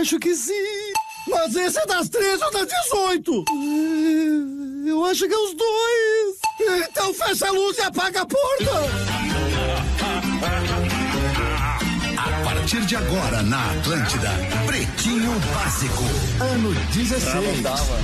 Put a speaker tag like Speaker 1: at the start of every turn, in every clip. Speaker 1: acho que sim. Mas esse é das 13 ou das 18? É, Eu acho que é os dois. Então fecha a luz e apaga a porta.
Speaker 2: A partir de agora na Atlântida, Pretinho Básico, ano 16.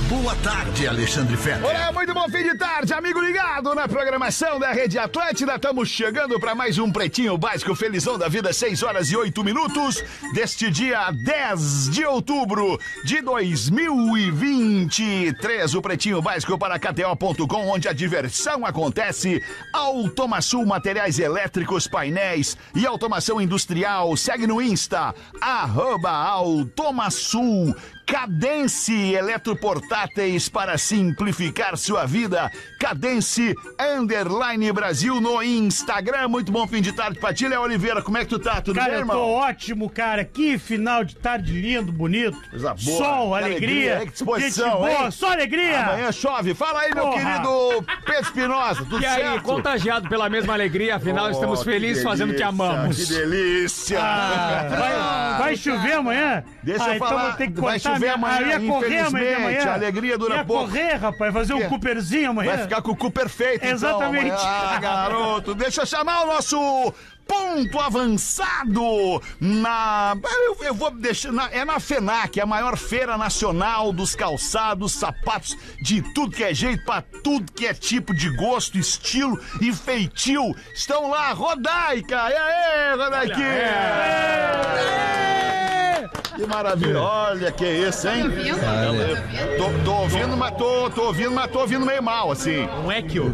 Speaker 2: Boa tarde, Alexandre Feta.
Speaker 3: Olá, muito bom fim de tarde, amigo ligado na programação da Rede Atlântida. Estamos chegando para mais um Pretinho Básico Felizão da Vida, 6 horas e 8 minutos, deste dia 10 de outubro de 2023. O Pretinho Básico para KTO.com, onde a diversão acontece. Automaçul Materiais Elétricos, Painéis e Automação Industrial. Segue no Insta, arroba Automaçul. Cadence Eletroportáteis para simplificar sua vida. Cadence Underline Brasil no Instagram. Muito bom fim de tarde, Patilha Oliveira. Como é que tu tá? Tudo
Speaker 4: Cara,
Speaker 3: bem,
Speaker 4: eu
Speaker 3: irmão?
Speaker 4: tô ótimo, cara. Que final de tarde lindo, bonito.
Speaker 3: Coisa boa.
Speaker 4: Sol,
Speaker 3: Que alegria,
Speaker 4: alegria.
Speaker 3: hein? Que disposição,
Speaker 4: gente boa,
Speaker 3: hein?
Speaker 4: só alegria.
Speaker 3: Amanhã chove. Fala aí, meu
Speaker 4: Porra.
Speaker 3: querido Pedro Espinosa. Tudo
Speaker 5: E
Speaker 3: certo?
Speaker 5: aí, contagiado pela mesma alegria, afinal
Speaker 3: Oh,
Speaker 5: estamos felizes
Speaker 3: delícia,
Speaker 5: fazendo o que amamos.
Speaker 3: Que delícia.
Speaker 4: Ah, vai, vai chover amanhã?
Speaker 3: Deixa
Speaker 4: ah,
Speaker 3: eu
Speaker 4: então
Speaker 3: falar,
Speaker 4: vou ter que
Speaker 3: vai chover
Speaker 4: cortar minha...
Speaker 3: amanhã,
Speaker 4: Ah, eu ia correr amanhã de
Speaker 3: infelizmente,
Speaker 4: manhã.
Speaker 3: a alegria dura
Speaker 4: ia
Speaker 3: pouco.
Speaker 4: correr, rapaz, fazer um
Speaker 3: Quê?
Speaker 4: cooperzinho amanhã.
Speaker 3: Vai ficar com o cu perfeito, então,
Speaker 4: Exatamente.
Speaker 3: amanhã. ah, garoto, deixa eu chamar o nosso ponto avançado na... Eu, eu vou deixar... na- é na FENAC, a maior feira nacional dos calçados, sapatos, de tudo que é jeito, pra tudo que é tipo de gosto, estilo e feitio. Estão lá, Rodaica! E aí, Rodaiquinha! Que maravilha! Olha que isso, hein? Tô, tô ouvindo, mas tô, tô ouvindo, mas tô ouvindo meio mal, assim.
Speaker 5: Não é que o.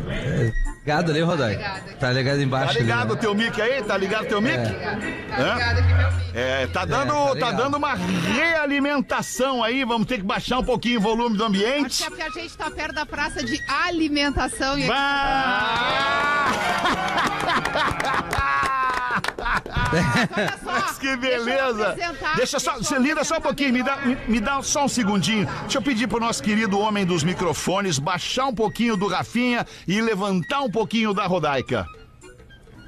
Speaker 6: Ligado ali, Rodai? Tá ligado
Speaker 3: Tá
Speaker 6: embaixo
Speaker 3: ligado o
Speaker 6: ali.
Speaker 3: teu mic aí? Tá ligado o teu mic? Hã? É, tá dando,
Speaker 6: tá
Speaker 3: tá,
Speaker 6: ligado.
Speaker 3: dando uma realimentação aí, vamos ter que baixar um pouquinho o volume do
Speaker 7: Acho que
Speaker 3: ambiente.
Speaker 7: é porque a gente tá perto da praça de alimentação e aqui
Speaker 3: Ah,
Speaker 7: olha
Speaker 3: Mas
Speaker 7: só.
Speaker 3: que
Speaker 7: deixa eu
Speaker 3: beleza!
Speaker 7: apresentar-
Speaker 3: Deixa só,
Speaker 7: deixa eu
Speaker 3: Celina, só um
Speaker 7: apresentar
Speaker 3: pouquinho, me dá,
Speaker 7: melhor.
Speaker 3: me, me dá só um segundinho. Deixa eu pedir pro nosso querido homem dos microfones baixar um pouquinho do Rafinha e levantar um pouquinho da Rodaica.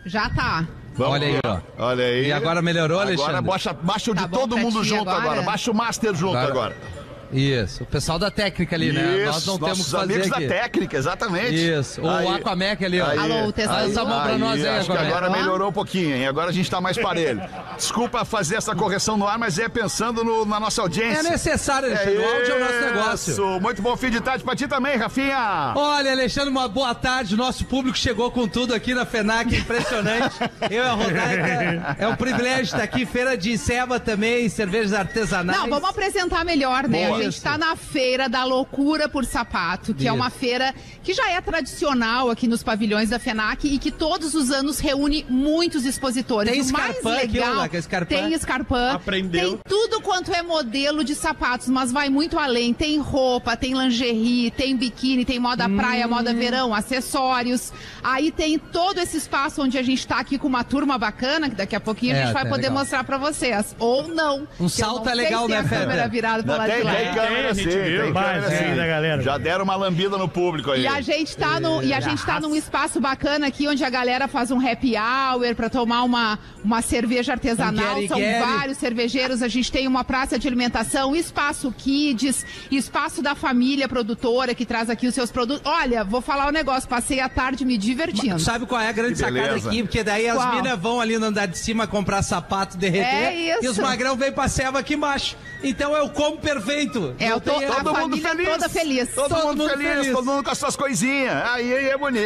Speaker 7: Já tá.
Speaker 3: Vamos
Speaker 6: Olha aí,
Speaker 3: ver.
Speaker 6: ó.
Speaker 3: Olha aí.
Speaker 6: E agora melhorou, Alexandre?
Speaker 3: Agora baixa, baixa o de
Speaker 7: Tá bom
Speaker 3: todo
Speaker 7: pra
Speaker 3: mundo
Speaker 7: ti
Speaker 3: junto agora.
Speaker 7: agora?
Speaker 3: Baixa o master junto
Speaker 6: Agora.
Speaker 3: agora.
Speaker 6: Isso, o pessoal da técnica ali, né? Nós não temos o que
Speaker 3: nossos
Speaker 6: fazer
Speaker 3: amigos
Speaker 6: aqui.
Speaker 3: da técnica, exatamente.
Speaker 6: Isso, o
Speaker 3: Aí,
Speaker 6: Aquamec ali, ó.
Speaker 3: aí,
Speaker 7: Alô, o tá testador.
Speaker 3: aí,
Speaker 6: Dá uma pra nós aí,
Speaker 3: acho que
Speaker 6: Aquamec.
Speaker 3: agora melhorou um pouquinho, hein? Agora a gente tá mais parelho. Desculpa fazer essa correção no ar, mas é pensando no- na nossa
Speaker 6: É
Speaker 3: audiência.
Speaker 6: necessário, Alexandre. o áudio é o nosso negócio.
Speaker 3: Isso, muito bom fim de tarde pra ti também, Rafinha.
Speaker 6: Olha, Alexandre, uma boa tarde. Nosso público chegou com tudo aqui na FENAC, impressionante. Eu e a Rodaica. É um privilégio estar aqui. Feira de ceba também, cervejas artesanais.
Speaker 7: Não, vamos apresentar melhor, né?
Speaker 3: Boa.
Speaker 7: A gente
Speaker 6: Isso.
Speaker 7: tá na feira da loucura por sapato, que é
Speaker 6: Isso.
Speaker 7: uma feira que já é tradicional aqui nos pavilhões da FENAC e que todos os anos reúne muitos expositores.
Speaker 6: Tem
Speaker 7: o mais
Speaker 6: escarpã aqui,
Speaker 7: legal,
Speaker 6: Lula, que é escarpã.
Speaker 7: tem escarpã,
Speaker 5: Aprendeu.
Speaker 7: tem tudo quanto é modelo de sapatos, mas vai muito além. Tem roupa, tem lingerie, tem biquíni, tem moda
Speaker 6: Hum.
Speaker 7: praia, moda verão, acessórios. Aí tem todo esse espaço onde a gente tá aqui com uma turma bacana, que daqui a pouquinho
Speaker 6: É,
Speaker 7: a gente vai
Speaker 6: tá
Speaker 7: poder
Speaker 6: legal.
Speaker 7: mostrar pra vocês. Ou não.
Speaker 6: Um salto é legal, né,
Speaker 7: Fernanda?
Speaker 6: Fernanda?
Speaker 7: câmera virada pro
Speaker 3: Não,
Speaker 7: lado
Speaker 3: tem,
Speaker 7: de lá.
Speaker 3: tem câmera
Speaker 5: a
Speaker 3: sim,
Speaker 5: gente viu.
Speaker 3: tem câmera
Speaker 4: Mas
Speaker 3: sim.
Speaker 4: ainda, galera.
Speaker 3: Já deram uma lambida no público aí.
Speaker 7: E a gente tá, no,
Speaker 6: É.
Speaker 7: e a gente tá num espaço bacana aqui onde a galera faz um happy hour pra tomar uma, uma cerveja artesanal.
Speaker 6: Um gueri-gueri.
Speaker 7: São vários cervejeiros. A gente tem uma praça de alimentação, espaço kids, espaço da família produtora que traz aqui os seus produtos. Olha, vou falar um negócio. Passei a tarde me divertindo.
Speaker 6: Sabe qual é a grande
Speaker 3: Que
Speaker 6: sacada
Speaker 3: beleza.
Speaker 6: aqui? Porque daí as
Speaker 7: Qual?
Speaker 6: minas vão ali no andar de cima comprar sapato, derreter.
Speaker 7: É isso.
Speaker 6: E os magrão vêm pra ceva aqui embaixo. Então é o como perfeito.
Speaker 7: É,
Speaker 6: Não
Speaker 7: eu tô-
Speaker 6: tem erro.
Speaker 7: a
Speaker 3: Todo mundo
Speaker 7: família
Speaker 3: feliz.
Speaker 7: toda feliz.
Speaker 3: Todo, mundo, feliz, todo mundo com as suas coisinhas. Aí aí é bonito.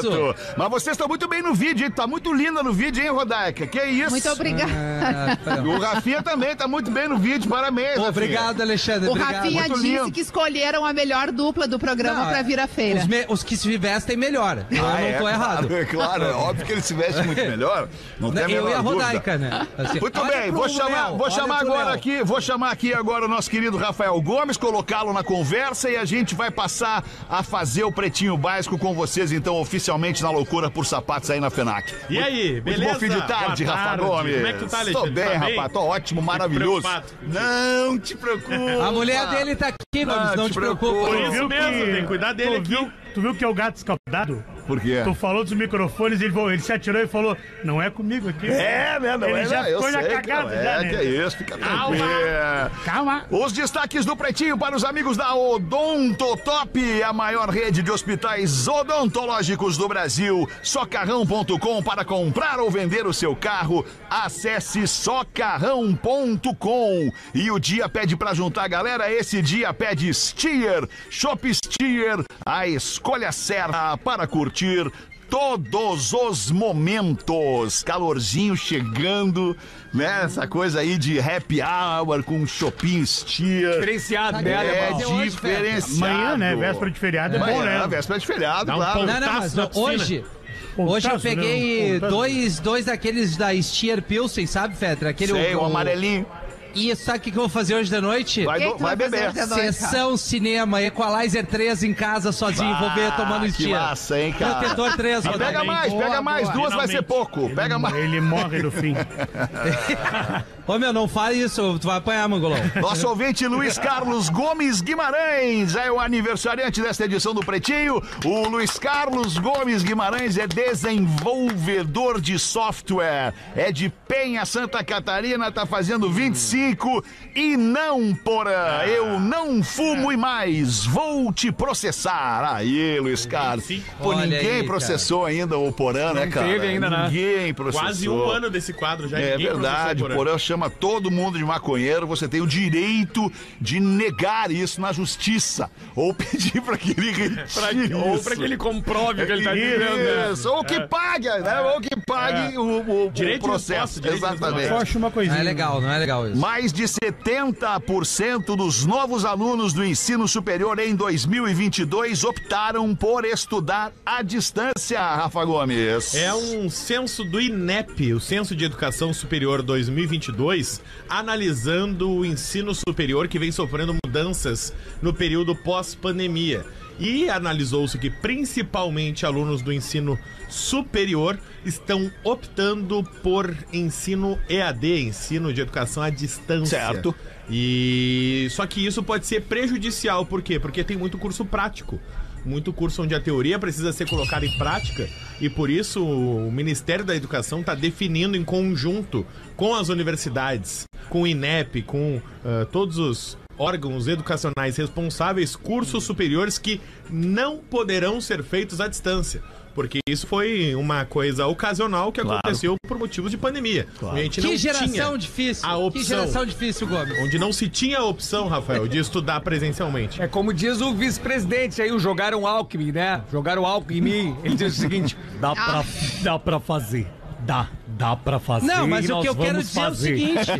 Speaker 6: Isso.
Speaker 3: Mas vocês estão muito bem no vídeo, hein? Tá muito linda no vídeo, hein, Rodaica? Que é isso?
Speaker 7: Muito obrigada.
Speaker 6: Ah, perdão.
Speaker 3: O Rafinha também tá muito bem no vídeo, parabéns. Rafinha.
Speaker 6: Obrigado, Alexandre.
Speaker 7: O
Speaker 6: obrigado.
Speaker 7: Rafinha
Speaker 3: Muito
Speaker 7: disse
Speaker 3: lindo.
Speaker 7: que escolheram a melhor dupla do programa
Speaker 6: Não,
Speaker 7: pra vir à feira.
Speaker 6: Os, me- os que se vestem melhor. Eu
Speaker 3: Ah,
Speaker 6: não
Speaker 3: é,
Speaker 6: tô errado.
Speaker 3: Claro, é claro, é óbvio que ele se veste muito melhor. Não tem a
Speaker 6: eu
Speaker 3: menor
Speaker 6: e a
Speaker 3: dúvida.
Speaker 6: Rodaica, né? Assim,
Speaker 3: Muito
Speaker 6: olha
Speaker 3: bem,
Speaker 6: pro
Speaker 3: vou chamar,
Speaker 6: Léo,
Speaker 3: vou
Speaker 6: olha
Speaker 3: chamar
Speaker 6: pro
Speaker 3: agora
Speaker 6: Léo.
Speaker 3: aqui, vou chamar aqui agora o nosso querido Rafael Gomes, colocá-lo na conversa e a gente vai passar a fazer o pretinho básico com vocês, então, oficialmente na loucura por sapatos aí na FENAC.
Speaker 5: E aí,
Speaker 3: Muito
Speaker 5: beleza?
Speaker 3: bom fim de tarde,
Speaker 5: Boa
Speaker 3: Rafa
Speaker 5: tarde.
Speaker 3: Gomes.
Speaker 5: Como é que tu tá,
Speaker 3: Tô
Speaker 5: Alexandre?
Speaker 3: bem,
Speaker 5: Tá
Speaker 3: rapaz, tô ótimo, maravilhoso.
Speaker 5: preocupado.
Speaker 3: Não te preocupa. um- Ah.
Speaker 6: A mulher dele tá aqui, Gomes, não, te preocupa.
Speaker 5: Por isso mesmo, tem que cuidar dele
Speaker 4: tu viu,
Speaker 5: aqui.
Speaker 4: Tu viu que é o gato escaldado?
Speaker 3: Por quê?
Speaker 4: Tu falou dos microfones, ele, vo- ele se atirou e falou: Não é comigo aqui.
Speaker 3: É, né? Não
Speaker 4: Ele
Speaker 3: é,
Speaker 4: já
Speaker 3: não, eu
Speaker 4: ficou na
Speaker 3: sei que
Speaker 4: cagada
Speaker 3: não é,
Speaker 4: já, né?
Speaker 3: que é isso, fica tranquilo.
Speaker 4: Calma.
Speaker 3: Os destaques do Pretinho para os amigos da Odontotop, a maior rede de hospitais odontológicos do Brasil. Socarrão.com para comprar ou vender o seu carro. Acesse socarrão.com. E o dia pede para juntar a galera, esse dia pede Steer, Shop Steer, a escolha certa para curtir todos os momentos. Calorzinho chegando, né? Essa coisa aí de happy hour com shopping steer.
Speaker 5: Diferenciado, né,
Speaker 3: É
Speaker 7: um
Speaker 5: alemão?
Speaker 3: diferenciado.
Speaker 4: Amanhã, né? Véspera de feriado é bom,
Speaker 3: Amanhã,
Speaker 4: né?
Speaker 3: véspera de feriado, claro.
Speaker 6: Não,
Speaker 5: Tá
Speaker 6: não, mas
Speaker 4: na
Speaker 6: não,
Speaker 4: piscina.
Speaker 6: hoje.
Speaker 5: Um
Speaker 4: Pontaço,
Speaker 6: Hoje eu
Speaker 4: né?
Speaker 6: peguei
Speaker 4: Pontaço.
Speaker 6: dois, dois daqueles da Steer Pilsen, sabe, Fetra? Aquele
Speaker 3: Sei, o amarelinho.
Speaker 6: E sabe o que que eu vou fazer hoje da noite?
Speaker 3: Vai,
Speaker 7: Que
Speaker 3: do-
Speaker 7: que tu
Speaker 3: vai
Speaker 7: vai fazer
Speaker 3: beber.
Speaker 7: hoje à noite?
Speaker 6: Sessão Cinema, Equalizer 3 em casa sozinho, vou ver tomando
Speaker 3: Ah, Que
Speaker 6: Steer.
Speaker 3: massa, hein, cara.
Speaker 6: Protetor 3,
Speaker 3: Ah, pega mais,
Speaker 4: Boa,
Speaker 3: pega mais.
Speaker 4: boa.
Speaker 3: Duas vai ser
Speaker 4: Finalmente.
Speaker 3: pouco.
Speaker 4: Ele-
Speaker 3: Pega mais.
Speaker 4: Ele morre no fim.
Speaker 6: Ô meu, não fale isso, tu vai apanhar, Mangolão.
Speaker 3: Nosso ouvinte Luiz Carlos Gomes Guimarães é o aniversariante desta edição do Pretinho. O Luiz Carlos Gomes Guimarães é desenvolvedor de software. É de Penha, Santa Catarina, tá fazendo 25 e não, porã, eu não fumo e mais. Vou te processar. Aí, Luiz Carlos. Pô,
Speaker 6: Olha
Speaker 3: ninguém
Speaker 6: aí,
Speaker 3: processou ainda o porã, né, cara?
Speaker 5: teve ainda, né?
Speaker 3: Ninguém processou.
Speaker 8: Quase um ano desse quadro já.
Speaker 3: É
Speaker 8: ninguém né?
Speaker 3: verdade,
Speaker 8: processou
Speaker 3: o
Speaker 8: por ano.
Speaker 3: Porã chama todo mundo de maconheiro, você tem o direito de negar isso na justiça. Ou pedir pra que ele
Speaker 5: Pra-
Speaker 3: retire
Speaker 5: Ou
Speaker 3: isso.
Speaker 5: pra que ele comprove que ele tá dizendo.
Speaker 3: É Isso, ou que pague, né? Ou que pague o, o- o
Speaker 8: É. Direito de
Speaker 3: processo.
Speaker 8: imposto, direito de
Speaker 3: Exatamente.
Speaker 4: Só acho uma
Speaker 6: Não
Speaker 4: coisinha.
Speaker 6: é legal, não é legal isso.
Speaker 3: Mais de 70% dos novos alunos do ensino superior em 2022 optaram por estudar à distância, Rafa Gomes.
Speaker 8: É um censo do INEP, o Censo de Educação Superior 2022, analisando o ensino superior que vem sofrendo mudanças no período pós-pandemia. E analisou-se que principalmente alunos do ensino superior estão optando por ensino EAD, ensino de educação à distância.
Speaker 3: Certo.
Speaker 8: E só que isso pode ser prejudicial, por quê? Porque tem muito curso prático, muito curso onde a teoria precisa ser colocada em prática, e por isso o Ministério da Educação está definindo em conjunto com as universidades, com o INEP, com ah, todos os órgãos educacionais responsáveis, cursos superiores que não poderão ser feitos à distância. Porque isso foi uma coisa ocasional que aconteceu por motivos de pandemia. A gente não
Speaker 6: Que geração
Speaker 8: tinha
Speaker 6: difícil.
Speaker 8: a
Speaker 6: Que
Speaker 8: opção.
Speaker 6: geração difícil, Gomes.
Speaker 8: Onde não se tinha a opção, Rafael, de estudar presencialmente.
Speaker 5: É como diz o vice-presidente aí, o jogaram Alckmin, né? Jogaram Alckmin em mim. Ele diz o seguinte: dá pra, dá pra fazer. Dá, dá pra fazer.
Speaker 6: Não, mas
Speaker 5: e
Speaker 6: o
Speaker 5: nós
Speaker 6: que eu quero
Speaker 5: vamos
Speaker 6: dizer
Speaker 5: fazer.
Speaker 6: é o seguinte,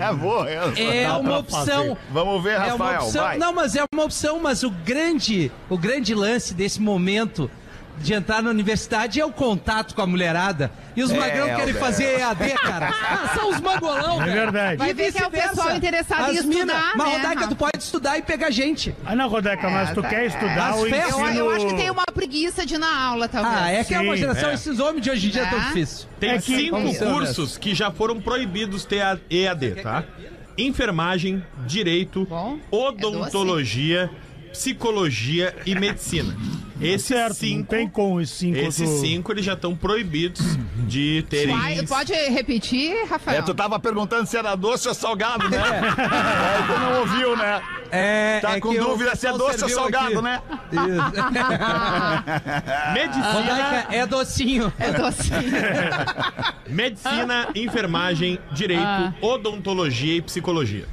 Speaker 3: É, boa essa.
Speaker 6: é
Speaker 5: Dá
Speaker 6: uma
Speaker 5: pra fazer.
Speaker 6: opção.
Speaker 3: Vamos ver,
Speaker 6: É uma
Speaker 3: Rafael,
Speaker 6: opção,
Speaker 3: vai.
Speaker 6: não, mas é uma opção, mas o grande, o grande lance desse momento de entrar na universidade é o contato com a mulherada. E os magrão querem
Speaker 3: É, Alberto.
Speaker 6: fazer EAD, cara. Ah, são os mangolão,
Speaker 4: É
Speaker 6: velho.
Speaker 4: verdade.
Speaker 6: E
Speaker 4: Vai
Speaker 7: ver que é o
Speaker 6: vice-versa.
Speaker 7: pessoal interessado em
Speaker 6: As mina-
Speaker 7: estudar,
Speaker 6: Mas,
Speaker 7: né,
Speaker 6: Rodaica,
Speaker 7: Rafa?
Speaker 6: tu pode estudar e pegar gente.
Speaker 4: Ah, não, Rodaica, mas tu quer estudar
Speaker 6: As
Speaker 4: o
Speaker 6: festas-
Speaker 7: Eu,
Speaker 4: ensino...
Speaker 7: eu acho que tem uma preguiça de ir na aula, talvez.
Speaker 6: Ah, é que é uma
Speaker 4: Sim,
Speaker 6: geração,
Speaker 8: é.
Speaker 6: esses homens de hoje em dia é tão
Speaker 7: Tá.
Speaker 6: difícil.
Speaker 8: Tem
Speaker 4: É que-
Speaker 8: cinco
Speaker 6: vamos ser
Speaker 8: cursos que já foram proibidos ter a- EAD, tá? Enfermagem, direito,
Speaker 7: Bom, é
Speaker 8: odontologia, psicologia e medicina.
Speaker 7: Tá
Speaker 8: Esses
Speaker 4: Certo, não
Speaker 8: cinco,
Speaker 4: tem com os cinco.
Speaker 8: esses
Speaker 4: do-
Speaker 8: cinco eles já estão proibidos de terem.
Speaker 7: Vai- pode repetir, Rafael?
Speaker 3: É, tu tava perguntando se era doce ou salgado, né? Aí tu não ouviu, né?
Speaker 6: É,
Speaker 3: Tá
Speaker 6: é
Speaker 3: com
Speaker 6: que o
Speaker 3: dúvida se é
Speaker 6: pessoal
Speaker 3: doce ou
Speaker 6: serviu
Speaker 3: salgado,
Speaker 6: aqui.
Speaker 3: né?
Speaker 6: Isso.
Speaker 8: Medicina,
Speaker 6: Rodaica, é docinho.
Speaker 7: Eu tô assim. Ah.
Speaker 8: medicina, enfermagem, direito, odontologia e psicologia.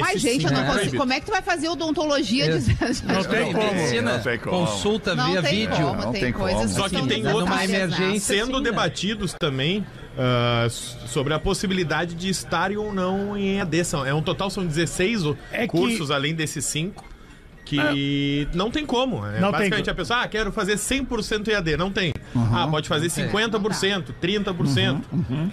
Speaker 7: Mas,
Speaker 8: Esses
Speaker 7: gente, eu
Speaker 8: cinco
Speaker 3: né?
Speaker 7: não consigo.
Speaker 8: proibidos.
Speaker 7: Como é que tu vai fazer odontologia
Speaker 6: É.
Speaker 7: dizendo...
Speaker 4: Não tem como.
Speaker 6: Medicina,
Speaker 3: Não tem como.
Speaker 6: consulta
Speaker 7: Não
Speaker 6: via
Speaker 7: tem
Speaker 6: vídeo.
Speaker 7: como,
Speaker 3: Não
Speaker 7: tem,
Speaker 3: tem como.
Speaker 7: coisas
Speaker 8: Só que
Speaker 7: são
Speaker 8: tem
Speaker 7: desnecessárias,
Speaker 8: outras
Speaker 7: né?
Speaker 6: emergência.
Speaker 4: é
Speaker 8: sendo
Speaker 6: Sim, né?
Speaker 8: debatidos também ah, s- sobre a possibilidade de estarem ou não em EAD. São- É um total, são 16 o-
Speaker 4: É que- Ah.
Speaker 8: cursos, além desses 5, que não tem como. É
Speaker 4: Não tem
Speaker 8: basicamente
Speaker 4: como. Uhum.
Speaker 8: a pessoa, ah, quero fazer 100% EAD. Não tem. Ah, pode
Speaker 4: É,
Speaker 8: fazer 50%, 30%.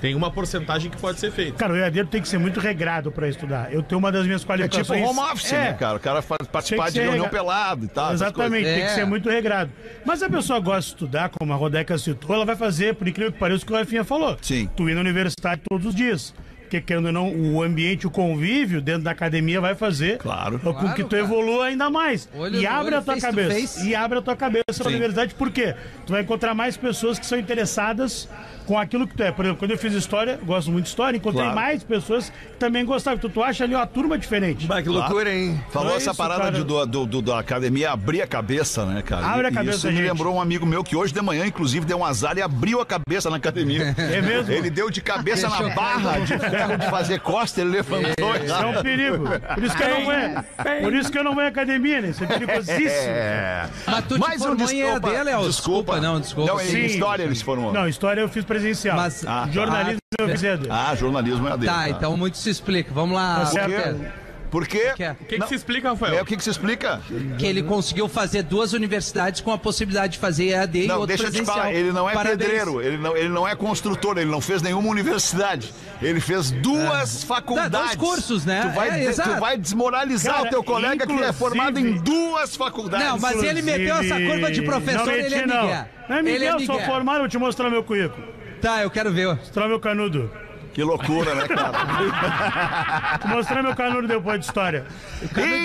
Speaker 8: Tem uma porcentagem que pode ser feita.
Speaker 4: Cara, o EAD tem que ser muito regrado pra estudar. Eu tenho uma das minhas
Speaker 3: É tipo
Speaker 4: qualificações...
Speaker 3: home office, né, cara? O cara faz participar
Speaker 4: que
Speaker 3: de
Speaker 4: ser,
Speaker 3: reunião
Speaker 4: cara.
Speaker 3: pelado e tal. Ah, essas
Speaker 4: Exatamente, tem que
Speaker 6: É.
Speaker 4: ser muito regrado. Mas se a pessoa gosta de estudar, como a Rodaica citou, ela vai fazer, por incrível que pareça, o que o Rafinha falou.
Speaker 3: Sim.
Speaker 4: Tu ir na universidade todos os dias. Porque, querendo ou não, o ambiente, o convívio dentro da academia vai fazer
Speaker 3: Claro.
Speaker 4: com que tu
Speaker 6: Claro, cara.
Speaker 4: evolua ainda mais.
Speaker 6: Olho
Speaker 4: e
Speaker 6: no
Speaker 4: abre
Speaker 6: olho,
Speaker 4: a tua
Speaker 6: face to
Speaker 4: cabeça.
Speaker 6: face.
Speaker 4: E abre a tua cabeça na
Speaker 6: Sim.
Speaker 4: universidade, por quê? Tu vai encontrar mais pessoas que são interessadas com aquilo que tu é. Por exemplo, quando eu fiz história, gosto muito de história, encontrei
Speaker 3: Claro.
Speaker 4: mais pessoas que também gostavam. Então tu acha ali uma turma diferente.
Speaker 5: Bah, que loucura, hein?
Speaker 3: Falou
Speaker 4: Não é
Speaker 3: essa
Speaker 4: isso,
Speaker 3: parada
Speaker 4: cara.
Speaker 3: de, do, do- do- da academia abrir a cabeça, né, cara?
Speaker 4: Abre a
Speaker 3: E- e
Speaker 4: cabeça,
Speaker 3: Isso me
Speaker 4: gente.
Speaker 3: lembrou um amigo meu que hoje de manhã, inclusive, deu um azar e abriu a cabeça na academia.
Speaker 4: É mesmo?
Speaker 3: Ele deu de cabeça
Speaker 6: Deixa
Speaker 3: na
Speaker 6: eu-
Speaker 3: barra de ferro de fazer costa, ele levantou. e
Speaker 4: É um perigo. Por isso que eu não vou. Por isso que eu não vou em academia, né? Isso é perigosíssimo.
Speaker 3: É.
Speaker 6: Mas tu te formou em EAD, Léo? Desculpa, não, desculpa.
Speaker 3: Não, é em
Speaker 4: Sim.
Speaker 3: história eles foram.
Speaker 4: Não, história eu fiz presencial.
Speaker 6: Mas- Ah, tá.
Speaker 4: Jornalismo eu fiz EAD.
Speaker 3: Ah, jornalismo é a dele.
Speaker 6: Tá, então muito se explica. Vamos lá.
Speaker 4: Tá certo.
Speaker 6: Walter.
Speaker 3: Porque.
Speaker 6: Que é-
Speaker 8: O que, que se explica, Rafael?
Speaker 3: É o que, que se explica?
Speaker 6: Que ele conseguiu fazer duas universidades com a possibilidade de fazer EAD e
Speaker 3: Não,
Speaker 6: outro
Speaker 3: deixa eu te
Speaker 6: presencial.
Speaker 3: falar, ele não é
Speaker 6: Parabéns.
Speaker 3: pedreiro, ele não, ele não é construtor, ele não fez nenhuma universidade. Ele fez duas faculdades.
Speaker 6: Dá dois cursos, né?
Speaker 3: Tu vai,
Speaker 6: É,
Speaker 3: de- tu
Speaker 6: exato.
Speaker 3: vai desmoralizar
Speaker 4: Cara,
Speaker 3: o teu colega que é
Speaker 4: inclusive-
Speaker 3: formado em duas faculdades.
Speaker 6: Não, mas ele meteu essa curva de professor,
Speaker 4: Não
Speaker 6: ele é
Speaker 4: meti,
Speaker 6: Miguel.
Speaker 4: não. Não é Miguel,
Speaker 6: ele é Miguel.
Speaker 4: sou formado, vou te mostrar meu currículo.
Speaker 6: Tá, eu quero ver.
Speaker 4: Mostrar meu canudo.
Speaker 3: Que loucura, né, cara?
Speaker 4: Vou mostrar meu canudo depois de história.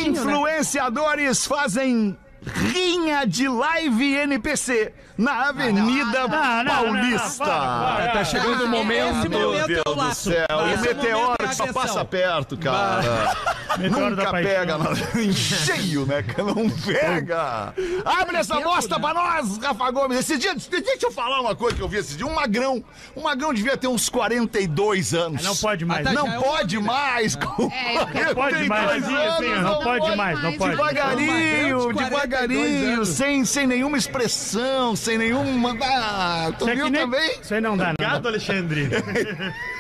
Speaker 3: Influenciadores fazem rinha de live NPC na Avenida
Speaker 4: Não, não, não,
Speaker 3: Paulista.
Speaker 4: não, para, para.
Speaker 6: chegando o momento. Ah, Esse momento eu laço.
Speaker 3: céu, o
Speaker 6: Esse
Speaker 3: meteoro
Speaker 6: momento é
Speaker 3: que só
Speaker 6: agressão.
Speaker 3: passa perto, cara.
Speaker 4: Meteoro
Speaker 3: Nunca
Speaker 4: da paixão.
Speaker 3: pega, na- em cheio, né? cara? Não pega. Abre essa
Speaker 6: né?
Speaker 3: bosta pra nós, Rafa Gomes. Esse dia, deixa eu falar uma coisa que eu vi esse dia. Um magrão. Um magrão devia ter uns 42 anos.
Speaker 4: Não pode mais.
Speaker 6: Ah, tá,
Speaker 3: Não
Speaker 6: já é um
Speaker 3: pode mais. com
Speaker 7: É, eu quero-
Speaker 3: 42
Speaker 4: Pode mais, sim,
Speaker 3: anos,
Speaker 4: sim, não pode mais, não pode.
Speaker 6: Um
Speaker 3: Devagarinho,
Speaker 6: magrão de 42
Speaker 3: devagarinho,
Speaker 6: anos.
Speaker 3: sem, sem nenhuma expressão, sem nenhuma. Ah, tu
Speaker 4: Isso é
Speaker 3: viu
Speaker 4: que nem-
Speaker 3: também?
Speaker 4: Isso aí não dá, não.
Speaker 8: Obrigado, Alexandre.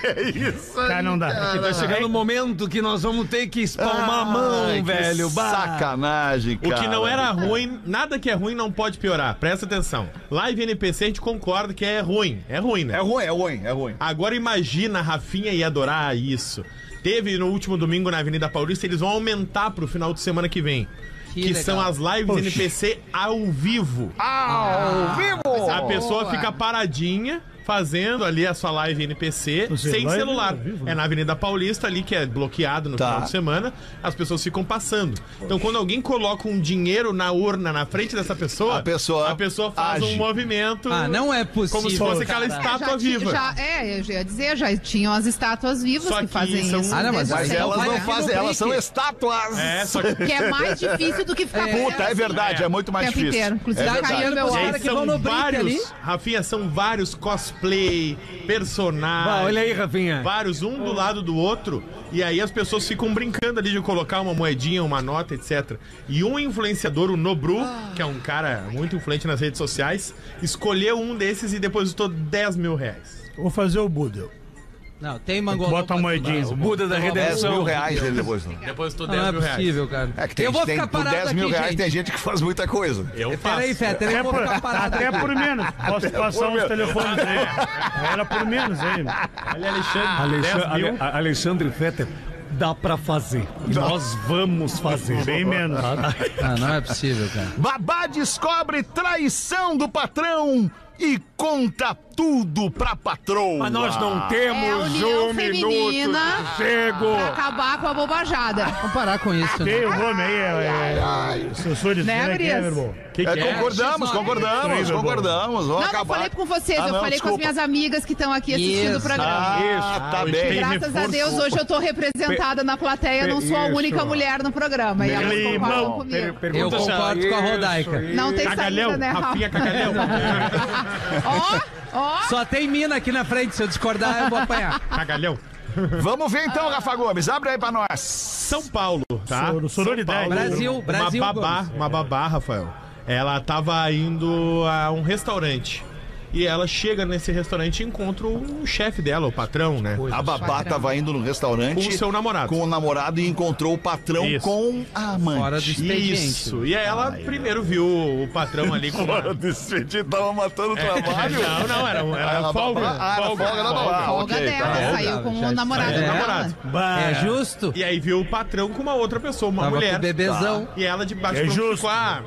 Speaker 3: É isso.
Speaker 4: Cara, não dá.
Speaker 5: Tá chegando o momento que nós vamos ter que espalmar a mão,
Speaker 3: Ai, que
Speaker 5: velho. Bah.
Speaker 3: Sacanagem,
Speaker 8: O
Speaker 3: cara.
Speaker 8: que não era ruim, nada que é ruim não pode piorar. Presta atenção. Live NPC a gente concorda que é ruim. É ruim, né?
Speaker 3: É ruim, é ruim, é ruim.
Speaker 8: Agora imagina, a Rafinha ia adorar isso. Teve no último domingo na Avenida Paulista, eles vão aumentar pro final de semana que vem.
Speaker 6: Que
Speaker 8: Que,
Speaker 6: legal.
Speaker 8: são as lives
Speaker 4: Poxa.
Speaker 8: NPC ao vivo.
Speaker 3: Ao vivo!
Speaker 8: A pessoa fica paradinha fazendo ali a sua live NPC
Speaker 4: Você
Speaker 8: sem
Speaker 4: vai
Speaker 8: celular.
Speaker 4: ao vivo, né?
Speaker 8: É na Avenida Paulista ali que é bloqueado no
Speaker 3: Tá.
Speaker 8: final de semana, as pessoas ficam passando. Então quando alguém coloca um dinheiro na urna na frente dessa pessoa,
Speaker 3: A pessoa
Speaker 8: a pessoa faz
Speaker 3: age.
Speaker 8: um movimento
Speaker 6: Ah, não é possível.
Speaker 8: como se fosse aquela
Speaker 6: cara.
Speaker 8: estátua
Speaker 7: Já ti-
Speaker 8: viva.
Speaker 7: Já, é, eu já ia dizer, já tinham as estátuas vivas
Speaker 8: Só
Speaker 7: que
Speaker 8: que
Speaker 7: fazem
Speaker 8: são-
Speaker 7: isso.
Speaker 6: Ah, não, mas
Speaker 7: desde
Speaker 3: Mas
Speaker 6: Sim,
Speaker 7: sempre.
Speaker 3: elas não
Speaker 6: vai aqui
Speaker 3: fazem,
Speaker 6: no
Speaker 3: elas são
Speaker 6: clique.
Speaker 3: estátuas.
Speaker 8: É, só que
Speaker 7: Que é mais difícil do que ficar... assim.
Speaker 3: Puta, é verdade, é muito mais
Speaker 7: O tempo
Speaker 3: difícil.
Speaker 7: inteiro.
Speaker 6: Tá
Speaker 7: Inclusive,
Speaker 3: é
Speaker 7: caiu
Speaker 3: verdade.
Speaker 7: meu
Speaker 6: Gente,
Speaker 7: ar.
Speaker 6: que vão no Brink ali.
Speaker 8: vários, Rafinha, são vários cosplay,
Speaker 5: Bah,
Speaker 8: personagens.
Speaker 5: olha aí, Rafinha.
Speaker 8: Vários, um do lado do outro, e aí as pessoas ficam brincando ali de colocar uma moedinha, uma nota, etc. E um influenciador, o Nobru, que é um cara muito influente nas redes sociais, escolheu um desses e depositou 10 mil reais.
Speaker 4: Vou fazer o Budel.
Speaker 6: Não, tem mangolão.
Speaker 4: Bota a
Speaker 6: pra
Speaker 4: moedinha.
Speaker 5: O Buda da
Speaker 3: 10 mil
Speaker 5: Redenção.
Speaker 3: reais ele depois.
Speaker 8: Depositou
Speaker 6: Não é possvel, cara.
Speaker 3: É que tem,
Speaker 6: eu vou
Speaker 3: tem,
Speaker 6: ficar
Speaker 3: por
Speaker 6: parado
Speaker 3: 10 mil
Speaker 6: aqui,
Speaker 3: reais
Speaker 6: gente.
Speaker 3: tem gente que faz muita coisa.
Speaker 8: Eu faço.
Speaker 6: Peraí, Fetter,
Speaker 4: Até
Speaker 5: É
Speaker 6: eu vou
Speaker 4: por,
Speaker 6: ficar parado
Speaker 4: até
Speaker 6: aqui.
Speaker 4: por menos. Posso passar uns
Speaker 3: menos.
Speaker 4: telefones aí. Era por menos aí.
Speaker 8: Olha, Alexandre, 10 mil.
Speaker 5: Alexandre Fetter, dá pra fazer. Nós vamos fazer.
Speaker 4: Bem menos.
Speaker 6: Ah, não é possível, cara.
Speaker 3: Babá descobre traição do patrão e conta tudo pra patroa.
Speaker 5: Mas nós
Speaker 4: Ah.
Speaker 5: não
Speaker 7: É a
Speaker 5: temos
Speaker 7: união
Speaker 5: um minuto
Speaker 7: feminina
Speaker 5: de cego.
Speaker 7: pra acabar com a bobajada.
Speaker 6: Vamos parar com isso, né?
Speaker 4: Tem o nome aí, é. é, Assessor de
Speaker 7: Né,
Speaker 4: né, quem é, meu
Speaker 7: Brias?
Speaker 4: irmão?
Speaker 3: É, concordamos,
Speaker 6: X9.
Speaker 3: concordamos,
Speaker 4: Incrível,
Speaker 3: concordamos. Vamos
Speaker 7: Não, não
Speaker 3: acabar.
Speaker 7: falei com vocês,
Speaker 3: Ah,
Speaker 7: eu
Speaker 3: não,
Speaker 7: falei com
Speaker 3: desculpa.
Speaker 7: as minhas amigas que estão aqui assistindo
Speaker 6: Isso.
Speaker 7: o programa.
Speaker 3: Ah, tá
Speaker 8: Ah,
Speaker 3: bem.
Speaker 8: tem
Speaker 7: Graças a
Speaker 8: reforço.
Speaker 7: Deus, hoje eu tô representada na plateia, não sou a
Speaker 5: isso.
Speaker 7: única mulher no programa. E elas
Speaker 4: Climão.
Speaker 7: concordam comigo.
Speaker 6: Eu concordo com a Rodaica.
Speaker 5: é
Speaker 7: Não tem
Speaker 8: Cagalhão,
Speaker 7: saída, né,
Speaker 8: Rafinha
Speaker 7: Rafa?
Speaker 8: Cagalhão.
Speaker 7: Ó, ó.
Speaker 6: Só tem mina aqui na frente, se eu discordar, eu vou apanhar.
Speaker 8: Cagalhão.
Speaker 3: Vamos ver então, Rafa Gomes. Abre aí pra nós.
Speaker 8: São Paulo, tá?
Speaker 4: Sor- sororidade.
Speaker 6: Brasil, Brasil.
Speaker 8: uma babá,
Speaker 6: Gomes.
Speaker 8: uma babá, Rafael. Ela tava indo a um restaurante. E ela chega nesse restaurante e encontra o chefe dela, o patrão, né?
Speaker 3: A babá tava indo no
Speaker 8: Com o
Speaker 3: restaurante
Speaker 8: seu namorado.
Speaker 3: com o namorado e encontrou o patrão
Speaker 8: Isso.
Speaker 3: com a
Speaker 6: Fora do
Speaker 3: amante.
Speaker 6: expediente.
Speaker 8: Isso. E aí ela primeiro viu o patrão ali com uma...
Speaker 3: despedido, tava matando o
Speaker 8: Não, não, era, um- era
Speaker 3: Ah,
Speaker 8: folga.
Speaker 3: ah, era folga da babá.
Speaker 7: folga
Speaker 3: ok,
Speaker 7: dela,
Speaker 3: tá bom.
Speaker 7: saiu com
Speaker 6: Já
Speaker 7: o namorado né?
Speaker 8: saiu.
Speaker 7: dela.
Speaker 8: Namorado.
Speaker 6: É justo?
Speaker 8: E aí viu o patrão com uma outra pessoa, uma
Speaker 6: Tava com
Speaker 8: mulher.
Speaker 5: Tá.
Speaker 6: o bebezão.
Speaker 8: E ela de baixo
Speaker 4: É
Speaker 8: pra- um
Speaker 4: justo.
Speaker 8: com a...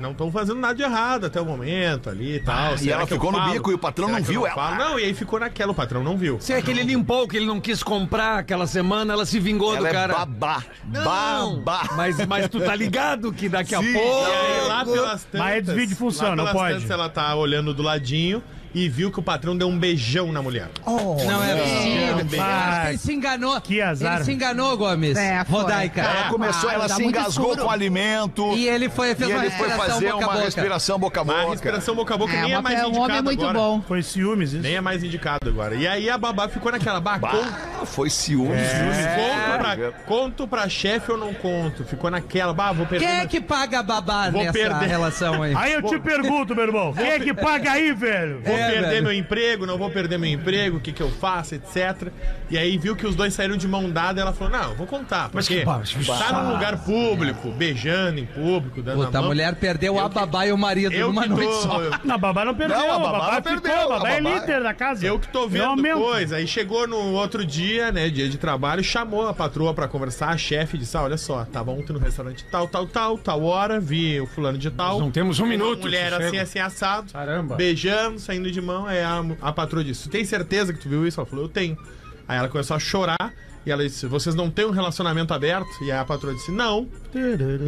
Speaker 8: não estão fazendo nada de errado até o momento ali e tal.
Speaker 3: E ela ficou no bico e o patrão não viu
Speaker 8: ela.
Speaker 3: ela.
Speaker 8: Não, e aí ficou naquela, o patrão não viu.
Speaker 5: Se é que ele limpou, que ele não quis comprar aquela semana, ela se vingou
Speaker 3: Ela
Speaker 5: do
Speaker 3: é
Speaker 5: cara.
Speaker 3: babá.
Speaker 5: Não,
Speaker 3: Babá.
Speaker 5: Mas, mas tu tá ligado que daqui
Speaker 3: Sim.
Speaker 5: a pouco.
Speaker 8: E aí, lá pelas tantas,
Speaker 4: Mas é desvio de função,
Speaker 8: lá
Speaker 4: não
Speaker 8: pelas
Speaker 4: pode.
Speaker 8: tantas, ela tá olhando do ladinho e viu que o patrão deu um beijão na mulher.
Speaker 6: Não é possível.
Speaker 4: não,
Speaker 6: Eu acho que
Speaker 4: vai.
Speaker 6: ele se enganou.
Speaker 4: Que azar.
Speaker 6: Ele se enganou, Gomes.
Speaker 7: É, foi.
Speaker 6: Rodaica.
Speaker 7: É,
Speaker 3: Ela começou,
Speaker 7: Ah,
Speaker 3: ela
Speaker 7: dá
Speaker 3: se
Speaker 7: muito
Speaker 3: engasgou
Speaker 7: furo.
Speaker 3: com o alimento.
Speaker 6: E
Speaker 3: E,
Speaker 6: ele foi, fez uma
Speaker 3: ele foi
Speaker 6: respiração
Speaker 3: fazer
Speaker 6: boca a
Speaker 3: uma
Speaker 6: boca.
Speaker 3: respiração boca a
Speaker 8: Mas a
Speaker 3: boca.
Speaker 8: respiração boca a boca nem é
Speaker 7: uma-
Speaker 8: mais
Speaker 7: é um
Speaker 8: indicada
Speaker 7: homem muito
Speaker 8: agora.
Speaker 7: bom.
Speaker 4: Foi ciúmes isso?
Speaker 8: Nem é mais indicado agora. E aí a babá ficou naquela, bah, conto,
Speaker 3: Bah, é, foi ciúme.
Speaker 8: conto pra, conto pra chefe ou não conto? Ficou naquela, bah, vou perder.
Speaker 6: Quem é
Speaker 8: meu-
Speaker 6: que paga a babá
Speaker 8: Vou
Speaker 6: nessa
Speaker 8: perder.
Speaker 6: relação aí?
Speaker 4: Aí eu te pergunto, meu irmão, quem é que paga aí, velho?
Speaker 8: Vou
Speaker 6: É,
Speaker 8: perder
Speaker 6: velho.
Speaker 8: meu emprego, não vou perder meu emprego, o que, que eu faço, etc. E aí viu que os dois saíram de mão dada ela falou: Não, eu vou contar.
Speaker 5: Mas
Speaker 8: Porque
Speaker 5: que pa- que
Speaker 8: tá num lugar público, beijando em público, dando
Speaker 6: né? Puta,
Speaker 8: a
Speaker 6: a
Speaker 8: mão.
Speaker 6: mulher perdeu a babá e o marido
Speaker 8: eu
Speaker 6: numa
Speaker 8: que tô,
Speaker 6: noite só.
Speaker 4: Não, a babá não perdeu,
Speaker 3: Não, a
Speaker 4: a
Speaker 3: babá
Speaker 4: babá,
Speaker 3: não
Speaker 4: ficou,
Speaker 3: perdeu,
Speaker 4: a babá
Speaker 3: a
Speaker 4: é
Speaker 3: babá-
Speaker 4: líder da casa.
Speaker 8: Eu que tô
Speaker 4: Não
Speaker 8: vendo
Speaker 4: aumenta.
Speaker 8: coisa. Aí chegou no outro dia, né? Dia de trabalho, chamou a patroa pra conversar, a chefe disse: ah, olha só, tava ontem no restaurante tal, tal, tal, tal hora, vi o fulano de tal.
Speaker 5: Não temos um
Speaker 8: Uma
Speaker 5: minuto.
Speaker 8: Mulher
Speaker 5: sossego.
Speaker 8: assim, assim, assado.
Speaker 5: Caramba.
Speaker 8: Beijando, saindo de mão. Aí a, a patroa disse: Tu tem certeza que tu viu isso? Ela falou: Eu tenho. Aí ela começou a chorar. E ela disse: Vocês não têm um relacionamento aberto? E aí a patroa disse: Não.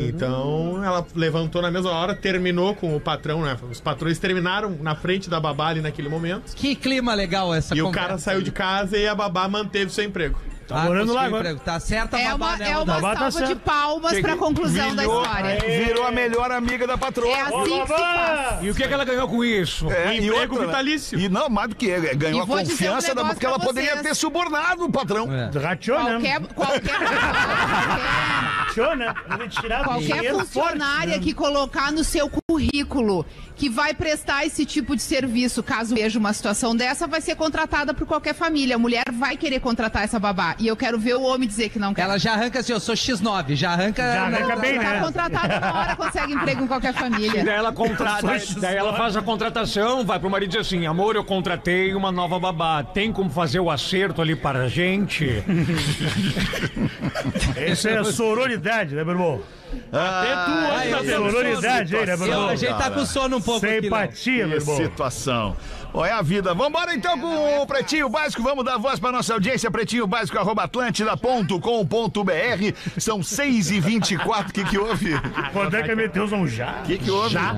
Speaker 8: Então ela levantou na mesma hora, terminou com o patrão, né? Os patrões terminaram na frente da babá ali naquele momento.
Speaker 6: Que clima legal essa
Speaker 8: E o
Speaker 6: conversa.
Speaker 8: cara saiu de casa e a babá manteve seu emprego.
Speaker 6: Tá
Speaker 4: morando lá agora.
Speaker 6: Tá certa a
Speaker 7: É
Speaker 6: babá,
Speaker 7: uma,
Speaker 6: né,
Speaker 7: é uma
Speaker 6: Rodaica?
Speaker 4: Babá tá
Speaker 7: salva de
Speaker 4: certo.
Speaker 7: palmas pra conclusão da história.
Speaker 3: Virou a melhor amiga da patroa.
Speaker 7: É assim que se faz.
Speaker 5: E o que, é que ela ganhou com isso?
Speaker 3: É,
Speaker 8: Emprego
Speaker 3: né?
Speaker 8: vitalício.
Speaker 3: E não, mais do que é, ganhou
Speaker 7: E
Speaker 3: a
Speaker 7: vou dizer um
Speaker 3: confiança da,
Speaker 7: negócio
Speaker 3: porque ela
Speaker 7: pra
Speaker 3: poderia
Speaker 7: vocês.
Speaker 3: ter subornado o patrão.
Speaker 6: É.
Speaker 4: Rateou, né?
Speaker 7: Qualquer, qualquer, qualquer,
Speaker 4: Rateou, né? Ele tirava
Speaker 7: qualquer
Speaker 3: é
Speaker 4: dinheiro
Speaker 7: funcionária
Speaker 4: forte, né?
Speaker 7: que colocar no seu currículo que vai prestar esse tipo de serviço, caso veja uma situação dessa, vai ser contratada por qualquer família. A mulher vai querer contratar essa babá. E eu quero ver o homem dizer que não quer.
Speaker 6: Ela já arranca assim, eu sou X9, já arranca...
Speaker 4: Já arranca bem,
Speaker 7: Tá
Speaker 3: é.
Speaker 4: né?
Speaker 7: contratada na hora, consegue emprego em qualquer
Speaker 5: E daí
Speaker 7: família.
Speaker 5: ela contrata,
Speaker 4: Só isso
Speaker 5: daí ela
Speaker 4: só.
Speaker 5: faz a contratação, vai pro marido e diz assim: amor, eu contratei uma nova babá. Tem como fazer o acerto ali para a gente?
Speaker 4: Isso é sororidade, né, meu irmão?
Speaker 3: Ah,
Speaker 4: Até tu
Speaker 6: eu
Speaker 4: anda
Speaker 6: sou
Speaker 4: sororidade aí, né, meu
Speaker 6: Eu,
Speaker 4: irmão?
Speaker 6: a gente tá com sono um pouco
Speaker 4: Sem
Speaker 6: aqui, Léo.
Speaker 4: empatia, meu
Speaker 3: Que
Speaker 4: irmão.
Speaker 3: situação. Olha a vida. Vambora então com o Pretinho Básico. Vamos dar voz para nossa audiência. Pretinho Básico, arroba atlântida.com.br. São 6h24. O que, que houve? O
Speaker 4: Quando é que meteu um já?
Speaker 3: que, que houve? Já.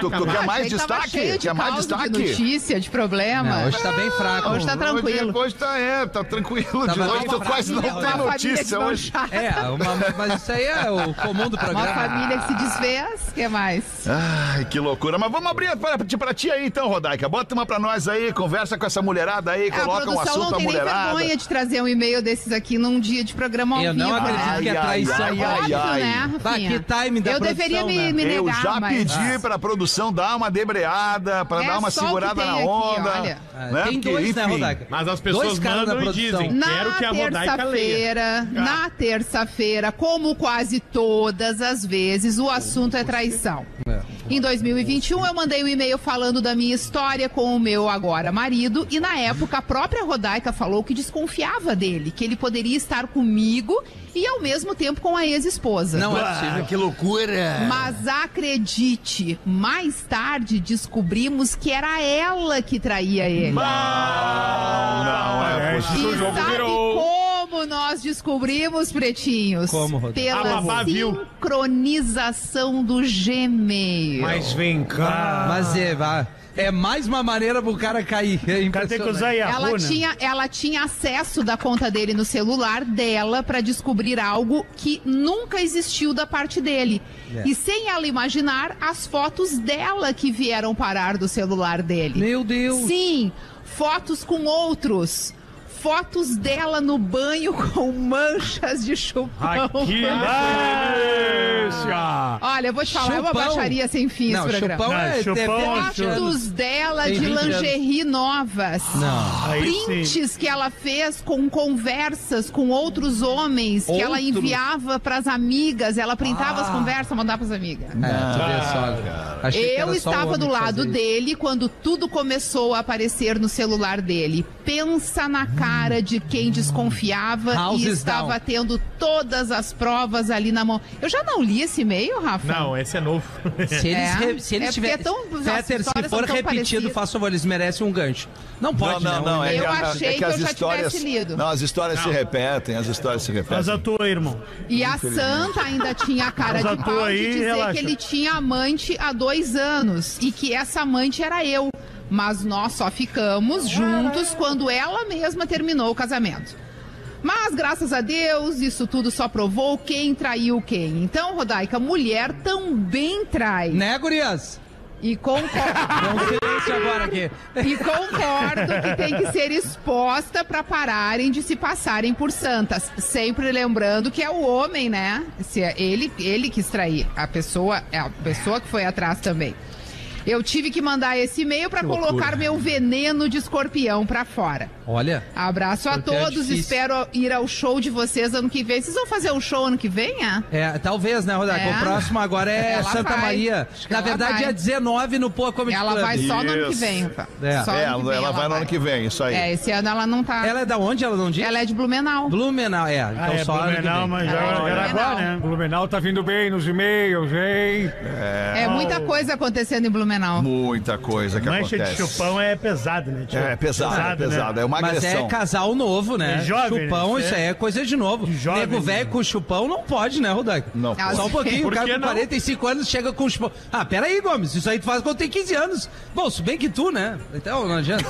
Speaker 3: tu, tu quer mais
Speaker 7: Achei que tava
Speaker 3: destaque?
Speaker 7: cheio
Speaker 3: Quer mais
Speaker 7: caos,
Speaker 3: destaque?
Speaker 7: De notícia, de problema.
Speaker 6: Não, hoje tá bem fraco.
Speaker 7: Hoje tá tranquilo.
Speaker 3: Hoje tá, é, tá tranquilo. de
Speaker 6: Tava
Speaker 3: hoje
Speaker 6: bem
Speaker 3: tu quase não
Speaker 6: pra família,
Speaker 3: tem
Speaker 6: uma
Speaker 3: notícia hoje. Ah.
Speaker 6: É, uma- mas isso aí é o comum do
Speaker 7: Uma
Speaker 6: programa.
Speaker 7: família que se desfez, o que mais?
Speaker 3: É, Ai, que loucura. Mas vamos abrir pra, pra ti aí então, Rodaica. Bota uma pra nós aí, conversa com essa mulherada aí,
Speaker 7: É, a
Speaker 3: coloca um
Speaker 7: produção
Speaker 3: assunto
Speaker 7: não
Speaker 3: à
Speaker 7: tem nem
Speaker 3: mulherada.
Speaker 7: vergonha de trazer um e-mail desses aqui num dia de programa ao
Speaker 6: Eu
Speaker 7: vivo.
Speaker 6: não acredito
Speaker 7: né?
Speaker 6: que é traição.
Speaker 3: ai, ai,
Speaker 7: Óbvio,
Speaker 3: ai.
Speaker 7: né, Rafinha?
Speaker 6: Bah, que Tá time da
Speaker 7: Eu deveria
Speaker 6: produção,
Speaker 7: me,
Speaker 6: né?
Speaker 7: me
Speaker 3: Eu
Speaker 7: negar,
Speaker 3: já
Speaker 6: Ah.
Speaker 7: mas... Ah.
Speaker 3: pedi pra produção dar uma debreada, pra
Speaker 7: É
Speaker 3: dar uma
Speaker 7: só o que
Speaker 3: segurada
Speaker 7: tem
Speaker 3: na
Speaker 7: aqui,
Speaker 3: onda.
Speaker 7: olha.
Speaker 6: Ah,
Speaker 3: né?
Speaker 6: Tem
Speaker 3: Porque,
Speaker 6: dois, né,
Speaker 3: enfim,
Speaker 6: Rodaica?
Speaker 8: Mas as pessoas
Speaker 6: dois caras
Speaker 8: mandam
Speaker 6: na
Speaker 8: e
Speaker 6: produção.
Speaker 8: dizem.
Speaker 7: Na
Speaker 8: Quero que a Rodaica leia.
Speaker 7: terça-feira, na terça-feira, como quase todas as vezes, o assunto é traição. Em 2021, eu mandei um e-mail falando da minha história com o meu agora marido, e na época a própria Rodaica falou que desconfiava dele, que ele poderia estar comigo e ao mesmo tempo com a ex-esposa.
Speaker 6: Não é possível. Que loucura.
Speaker 7: Mas acredite, mais tarde descobrimos que era ela que traía ele.
Speaker 3: Não, é
Speaker 5: Parece.
Speaker 3: possível.
Speaker 7: E
Speaker 5: o jogo
Speaker 7: sabe
Speaker 5: virou.
Speaker 7: como nós descobrimos, pretinhos?
Speaker 6: Como, Rodrigo?
Speaker 8: A babá
Speaker 7: Pela
Speaker 8: viu.
Speaker 7: sincronização do Gmail.
Speaker 5: Mas vem
Speaker 4: Ah.
Speaker 5: cá.
Speaker 6: Mas é, vá. É mais uma maneira pro cara cair. É
Speaker 4: O cara tem que
Speaker 6: impressionante.
Speaker 4: usar Yahoo,
Speaker 7: Ela
Speaker 4: né?
Speaker 7: tinha, ela tinha acesso da conta dele no celular dela pra descobrir algo que nunca existiu da parte dele.
Speaker 6: É.
Speaker 7: E sem ela imaginar, as fotos dela que vieram parar do celular dele.
Speaker 6: Meu Deus.
Speaker 7: Sim, fotos com outros. Fotos dela no banho com manchas de chupão.
Speaker 5: Aqui delícia!
Speaker 7: Olha, eu vou te falar, é uma
Speaker 6: Chupão.
Speaker 7: baixaria sem fim
Speaker 6: Não,
Speaker 7: esse programa.
Speaker 6: chupão é...
Speaker 4: Não, chupão-
Speaker 7: Fotos dela
Speaker 6: Tem
Speaker 7: de
Speaker 6: 20 anos.
Speaker 7: lingerie novas.
Speaker 6: Não.
Speaker 4: Aí sim.
Speaker 7: Prints que ela fez com conversas com outros homens que ela
Speaker 6: Outros? Ah.
Speaker 7: enviava pras amigas. Ela printava as conversas, mandava pras amigas.
Speaker 4: Ah,
Speaker 6: É, tu vê só. Achei que
Speaker 7: Eu
Speaker 6: era só o
Speaker 7: estava
Speaker 6: homem
Speaker 7: do
Speaker 6: que
Speaker 7: lado
Speaker 6: fazia isso.
Speaker 7: dele quando tudo começou a aparecer no celular dele. Pensa na cara de quem desconfiava e
Speaker 6: Houses
Speaker 7: estava
Speaker 6: down.
Speaker 7: tendo todas as provas ali na mão. Eu já não li esse e-mail, Rafa?
Speaker 8: Não, esse é novo.
Speaker 6: Se eles,
Speaker 7: É.
Speaker 6: re- se eles
Speaker 7: É porque
Speaker 6: tiverem.
Speaker 7: é tão- as
Speaker 6: Fetter, se
Speaker 7: histórias são
Speaker 6: for
Speaker 7: tão
Speaker 6: repetido,
Speaker 7: parecidas.
Speaker 6: faça favor, eles merecem um gancho. Não pode,
Speaker 3: não,
Speaker 6: né?
Speaker 3: não, é,
Speaker 7: Eu
Speaker 3: que- é
Speaker 7: achei
Speaker 3: que,
Speaker 7: que
Speaker 3: as
Speaker 7: eu já
Speaker 3: histórias.
Speaker 7: tivesse lido.
Speaker 3: Não, as histórias se repetem, as histórias se repetem.
Speaker 4: Mas à toa,
Speaker 6: É
Speaker 4: irmão.
Speaker 7: E a Santa ainda tinha a cara
Speaker 4: Mas à
Speaker 7: de pau
Speaker 4: toa aí,
Speaker 7: de dizer
Speaker 4: relaxa.
Speaker 7: que ele tinha amante há dois anos e que essa amante era eu. Mas nós só ficamos juntos quando ela mesma terminou o casamento. Mas, graças a Deus, isso tudo só provou quem traiu quem. Então, Rodaica, mulher também trai.
Speaker 6: Né, gurias?
Speaker 7: E concordo.
Speaker 6: Vamos silêncio agora aqui.
Speaker 7: E concordo que tem que ser exposta pra pararem de se passarem por santas. Sempre lembrando que é o homem, né? Se é ele, ele que extrair. A pessoa, é a pessoa que foi atrás também. Eu tive que mandar esse e-mail pra colocar meu veneno de escorpião pra fora.
Speaker 6: Olha.
Speaker 7: Abraço a
Speaker 6: Escorpião é
Speaker 7: todos,
Speaker 6: difícil.
Speaker 7: espero ir ao show de vocês ano que vem. Vocês vão fazer o show ano que vem, é?
Speaker 6: É, talvez, né, Rodaco?
Speaker 7: É.
Speaker 6: O próximo agora é
Speaker 7: Ela
Speaker 6: Santa
Speaker 7: vai.
Speaker 6: Maria.
Speaker 7: Acho que
Speaker 6: Na
Speaker 7: ela
Speaker 6: verdade,
Speaker 7: vai.
Speaker 6: dia 19 no Poa Comedy
Speaker 7: Ela
Speaker 6: Club.
Speaker 7: vai só no ano que vem, Rafa.
Speaker 6: É.
Speaker 7: Só
Speaker 3: É,
Speaker 7: ano que
Speaker 3: ela,
Speaker 7: vem
Speaker 3: vai no ano que vem, isso aí.
Speaker 7: É, esse ano ela não tá. Ela,
Speaker 6: Ela é da onde? Ela não diz?
Speaker 7: é de Blumenau.
Speaker 6: Blumenau, é. Então
Speaker 4: Ah, é,
Speaker 6: só ano que
Speaker 4: Blumenau,
Speaker 6: vem.
Speaker 4: mas
Speaker 7: É,
Speaker 4: joga Jaraguá,
Speaker 7: Blumenau.
Speaker 4: né?
Speaker 5: Blumenau tá vindo bem nos e-mails, hein?
Speaker 7: É muita
Speaker 6: Ah.
Speaker 7: coisa acontecendo em Blumenau.
Speaker 3: Muita coisa que
Speaker 4: Mancha de
Speaker 3: acontece.
Speaker 4: chupão é pesado, né? tio?
Speaker 3: É, é pesado, é
Speaker 4: né?
Speaker 3: pesado. É uma
Speaker 6: Mas
Speaker 3: agressão.
Speaker 6: é casal novo, né?
Speaker 4: É jovem,
Speaker 6: chupão,
Speaker 4: né?
Speaker 6: isso aí é coisa de novo.
Speaker 4: jovem,
Speaker 6: Nego
Speaker 4: né?
Speaker 6: velho com chupão não pode, né, Rodak?
Speaker 3: Não, pô.
Speaker 7: Ah,
Speaker 6: Só um pouquinho,
Speaker 8: Por
Speaker 6: o cara
Speaker 8: que
Speaker 6: com
Speaker 8: não?
Speaker 6: 45 anos chega com chupão. Ah, peraí, Gomes, isso aí tu faz quando tem 15 anos. Bom, se bem que tu, né? Então não adianta.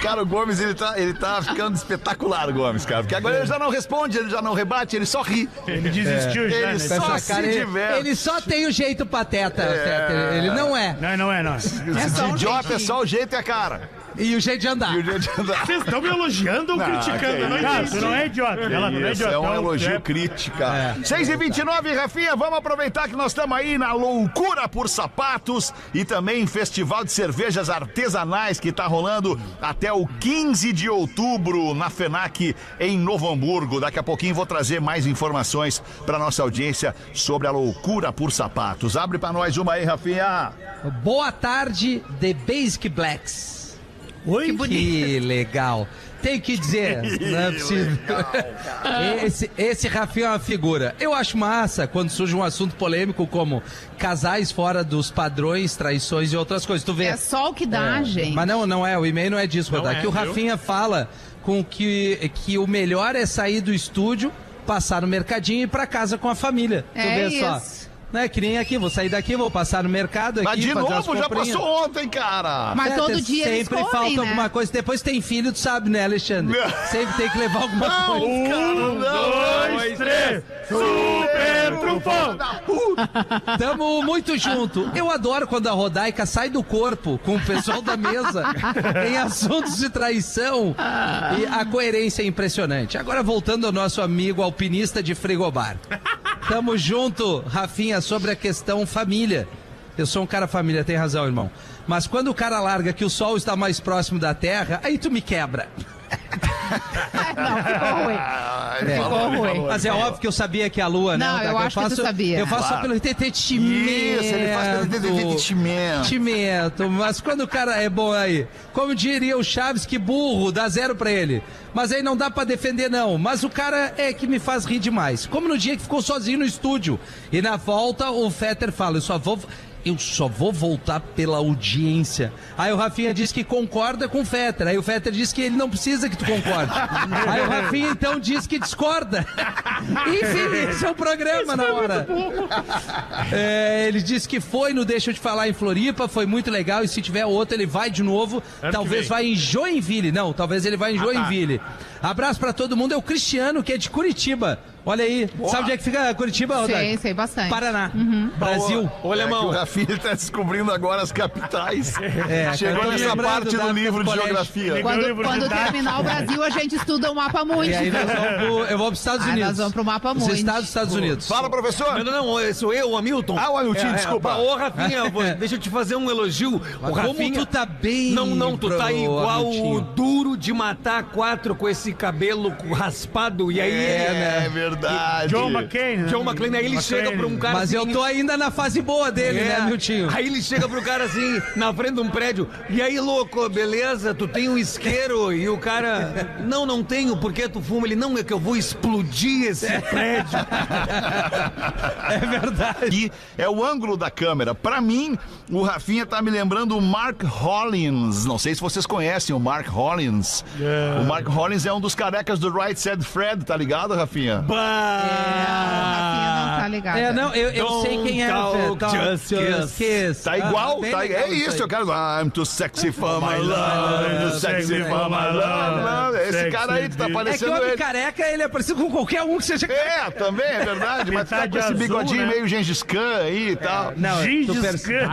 Speaker 3: Cara, o Gomes, ele tá, ele tá ficando espetacular, o Gomes, cara. Porque agora ele já não responde, ele já não rebate, ele só ri.
Speaker 4: Ele desistiu já,
Speaker 3: É. Ele
Speaker 4: né?
Speaker 3: só-
Speaker 6: Com essa
Speaker 3: se
Speaker 6: ele-
Speaker 3: diverte. É.
Speaker 6: ele só tem o jeito pateta, Fetter. ele não é.
Speaker 4: Não, não é, não.
Speaker 7: É só um
Speaker 3: Idiota é
Speaker 7: jeitinho.
Speaker 3: só o jeito e a cara.
Speaker 6: E o jeito de andar.
Speaker 3: E o jeito de andar.
Speaker 8: Vocês estão me elogiando ou
Speaker 3: Não,
Speaker 8: criticando?
Speaker 3: que
Speaker 8: Eu não
Speaker 4: Cara,
Speaker 8: entendi.
Speaker 4: tu não é idiota. Ela não é
Speaker 3: Isso,
Speaker 4: idiota.
Speaker 3: é um
Speaker 4: tu
Speaker 3: elogio crítica. 6h29, Rafinha, vamos aproveitar que nós estamos aí na loucura por sapatos e também festival de cervejas artesanais que está rolando até o 15 de outubro na FENAC em Novo Hamburgo. Daqui a pouquinho vou trazer mais informações para nossa audiência sobre a loucura por sapatos. Abre para nós uma aí, Rafinha.
Speaker 6: Boa tarde, The Basic Blacks. Oi, que legal. Tenho que dizer, não é possível. esse, esse Rafinha é uma figura. Eu acho massa quando surge um assunto polêmico como casais fora dos padrões, traições e outras coisas. Tu vê.
Speaker 7: É só o que dá, gente.
Speaker 6: Mas não, não é, o e-mail não é disso, Rodar.
Speaker 8: é,
Speaker 6: que o
Speaker 8: viu?
Speaker 6: Rafinha fala com que, que o melhor é sair do estúdio, passar no mercadinho e ir pra casa com a família.
Speaker 7: É
Speaker 6: tu vê só.
Speaker 7: isso.
Speaker 6: Não é que nem aqui, vou sair daqui, vou passar no mercado aqui,
Speaker 3: Mas de
Speaker 6: fazer umas
Speaker 3: novo, já
Speaker 6: comprinhas.
Speaker 3: passou ontem, cara.
Speaker 7: Mas
Speaker 6: É,
Speaker 7: Ah, todo
Speaker 6: tem-
Speaker 7: dia eles
Speaker 6: Sempre
Speaker 7: comem,
Speaker 6: falta
Speaker 7: né?
Speaker 6: alguma coisa. Depois tem filho, tu sabe, né, Alexandre? Sempre tem que levar alguma coisa.
Speaker 3: Não,
Speaker 4: é Dois, três, super trufão!
Speaker 6: Tamo muito junto. Eu adoro quando a Rodaica sai do corpo com o pessoal da mesa em assuntos de traição. E a coerência é impressionante. Agora voltando ao nosso amigo alpinista de frigobar. Tamo junto, Rafinha, sobre a questão família. Eu sou um cara família, tem razão, irmão. Mas quando o cara larga que o sol está mais próximo da terra, aí tu me quebra.
Speaker 7: Não, ficou ruim.
Speaker 3: Ele
Speaker 6: É.
Speaker 3: falou, ele
Speaker 7: Ficou ruim.
Speaker 3: falou, ele
Speaker 6: Mas é
Speaker 3: falou.
Speaker 6: óbvio que eu sabia que é a lua, né?
Speaker 7: Não,
Speaker 6: Rodaica?
Speaker 7: eu acho que tu sabia.
Speaker 6: Eu faço
Speaker 3: Claro.
Speaker 6: só pelo entretenimento.
Speaker 3: Isso, ele faz É detetive.
Speaker 6: Sentimento, mas quando o cara é bom aí, como diria o Chaves, que burro, dá zero pra ele. Mas aí não dá pra defender, não. Mas o cara é que me faz rir demais. Como no dia que ficou sozinho no estúdio. E na volta o Fetter fala: Eu só vou. Eu só vou voltar pela audiência. Aí o Rafinha diz que concorda com o Fetter. Aí o Fetter diz que ele não precisa que tu concorde. Aí o Rafinha então diz que discorda. Enfim, esse é o programa na hora. É, ele disse que foi no Deixa eu te falar em Floripa, foi muito legal. E se tiver outro, ele vai de novo.
Speaker 8: que
Speaker 6: talvez
Speaker 8: vem.
Speaker 6: vá em Joinville. Não, talvez ele
Speaker 9: Ah, tá.
Speaker 6: vá em Joinville. Abraço pra todo mundo. É o Cristiano, que é de Curitiba. Olha aí. Sabe onde é que fica Curitiba,
Speaker 7: Sei,
Speaker 6: Rodak?
Speaker 7: sei Uhum. bastante.
Speaker 6: Paraná. Brasil.
Speaker 8: Ô,
Speaker 3: É que o
Speaker 8: alemão,
Speaker 3: Rafinha está descobrindo agora as capitais.
Speaker 6: cara, eu
Speaker 3: Chegou
Speaker 6: tô
Speaker 3: nessa
Speaker 6: lembrando
Speaker 3: parte
Speaker 6: da-
Speaker 3: do
Speaker 6: do
Speaker 3: livro de
Speaker 6: colégio.
Speaker 3: geografia.
Speaker 4: Pegou o
Speaker 7: Quando,
Speaker 4: livro
Speaker 7: quando
Speaker 4: didático.
Speaker 7: terminar o Brasil, a gente estuda o mapa mundi.
Speaker 6: E aí nós vamos pro, eu vou pros Estados
Speaker 7: Ah,
Speaker 6: Unidos.
Speaker 7: nós vamos pro Mapa
Speaker 6: Os
Speaker 7: Mundi.
Speaker 6: estados dos Estados Unidos.
Speaker 3: Fala, professor.
Speaker 9: Não, não, não, sou eu, o Hamilton.
Speaker 3: Ah, o Hamilton,
Speaker 9: É, é,
Speaker 3: desculpa.
Speaker 9: Ô, Rafinha,
Speaker 5: É.
Speaker 9: vou- deixa eu te fazer um elogio. O
Speaker 6: Como
Speaker 9: Rafinha-
Speaker 6: tu tá bem,
Speaker 9: Não, não, tu
Speaker 6: pro-
Speaker 9: tá igual o
Speaker 6: Hamilton.
Speaker 9: duro
Speaker 5: de matar quatro com esse cabelo raspado e aí ele,
Speaker 2: É,
Speaker 5: né?
Speaker 2: verdade.
Speaker 4: John McCain, né?
Speaker 5: John McClane, aí ele chega pra um cara
Speaker 6: Mas eu
Speaker 5: assim, é,
Speaker 6: tô ainda na fase boa dele,
Speaker 9: É.
Speaker 6: né, Miltinho?
Speaker 5: Aí ele chega pro cara assim, na frente de um prédio. E aí, louco, beleza? Tu tem um isqueiro? E o cara, não, não tenho, porque tu fuma. Ele, não, é que eu vou explodir esse prédio.
Speaker 6: É verdade.
Speaker 3: aqui é o ângulo da câmera. Pra mim, o Rafinha tá me lembrando o Mark Hollins. Não sei se vocês conhecem o Mark Hollins. O Mark Hollins é um dos carecas do Right Said Fred, tá ligado, Rafinha?
Speaker 7: É, a Rafinha não tá ligada.
Speaker 6: É, não, eu, eu sei quem é o
Speaker 5: Don't just kiss.
Speaker 3: Tá igual, tá, é isso, eu quero. I'm too sexy for my love, I'm too sexy for my love. Esse
Speaker 4: Sexy
Speaker 3: cara aí, tu tá
Speaker 4: bitch.
Speaker 6: É que o
Speaker 3: parecendo
Speaker 6: homem
Speaker 3: ele.
Speaker 6: careca, ele é parecido com qualquer um que seja
Speaker 3: É, também, é verdade, mas tá
Speaker 4: Pintar
Speaker 3: com
Speaker 4: de
Speaker 3: esse
Speaker 4: azul,
Speaker 3: bigodinho
Speaker 4: né?
Speaker 3: meio Gengis Khan aí e tal.
Speaker 6: Não, tu
Speaker 4: Gengis
Speaker 6: perce-
Speaker 4: Khan.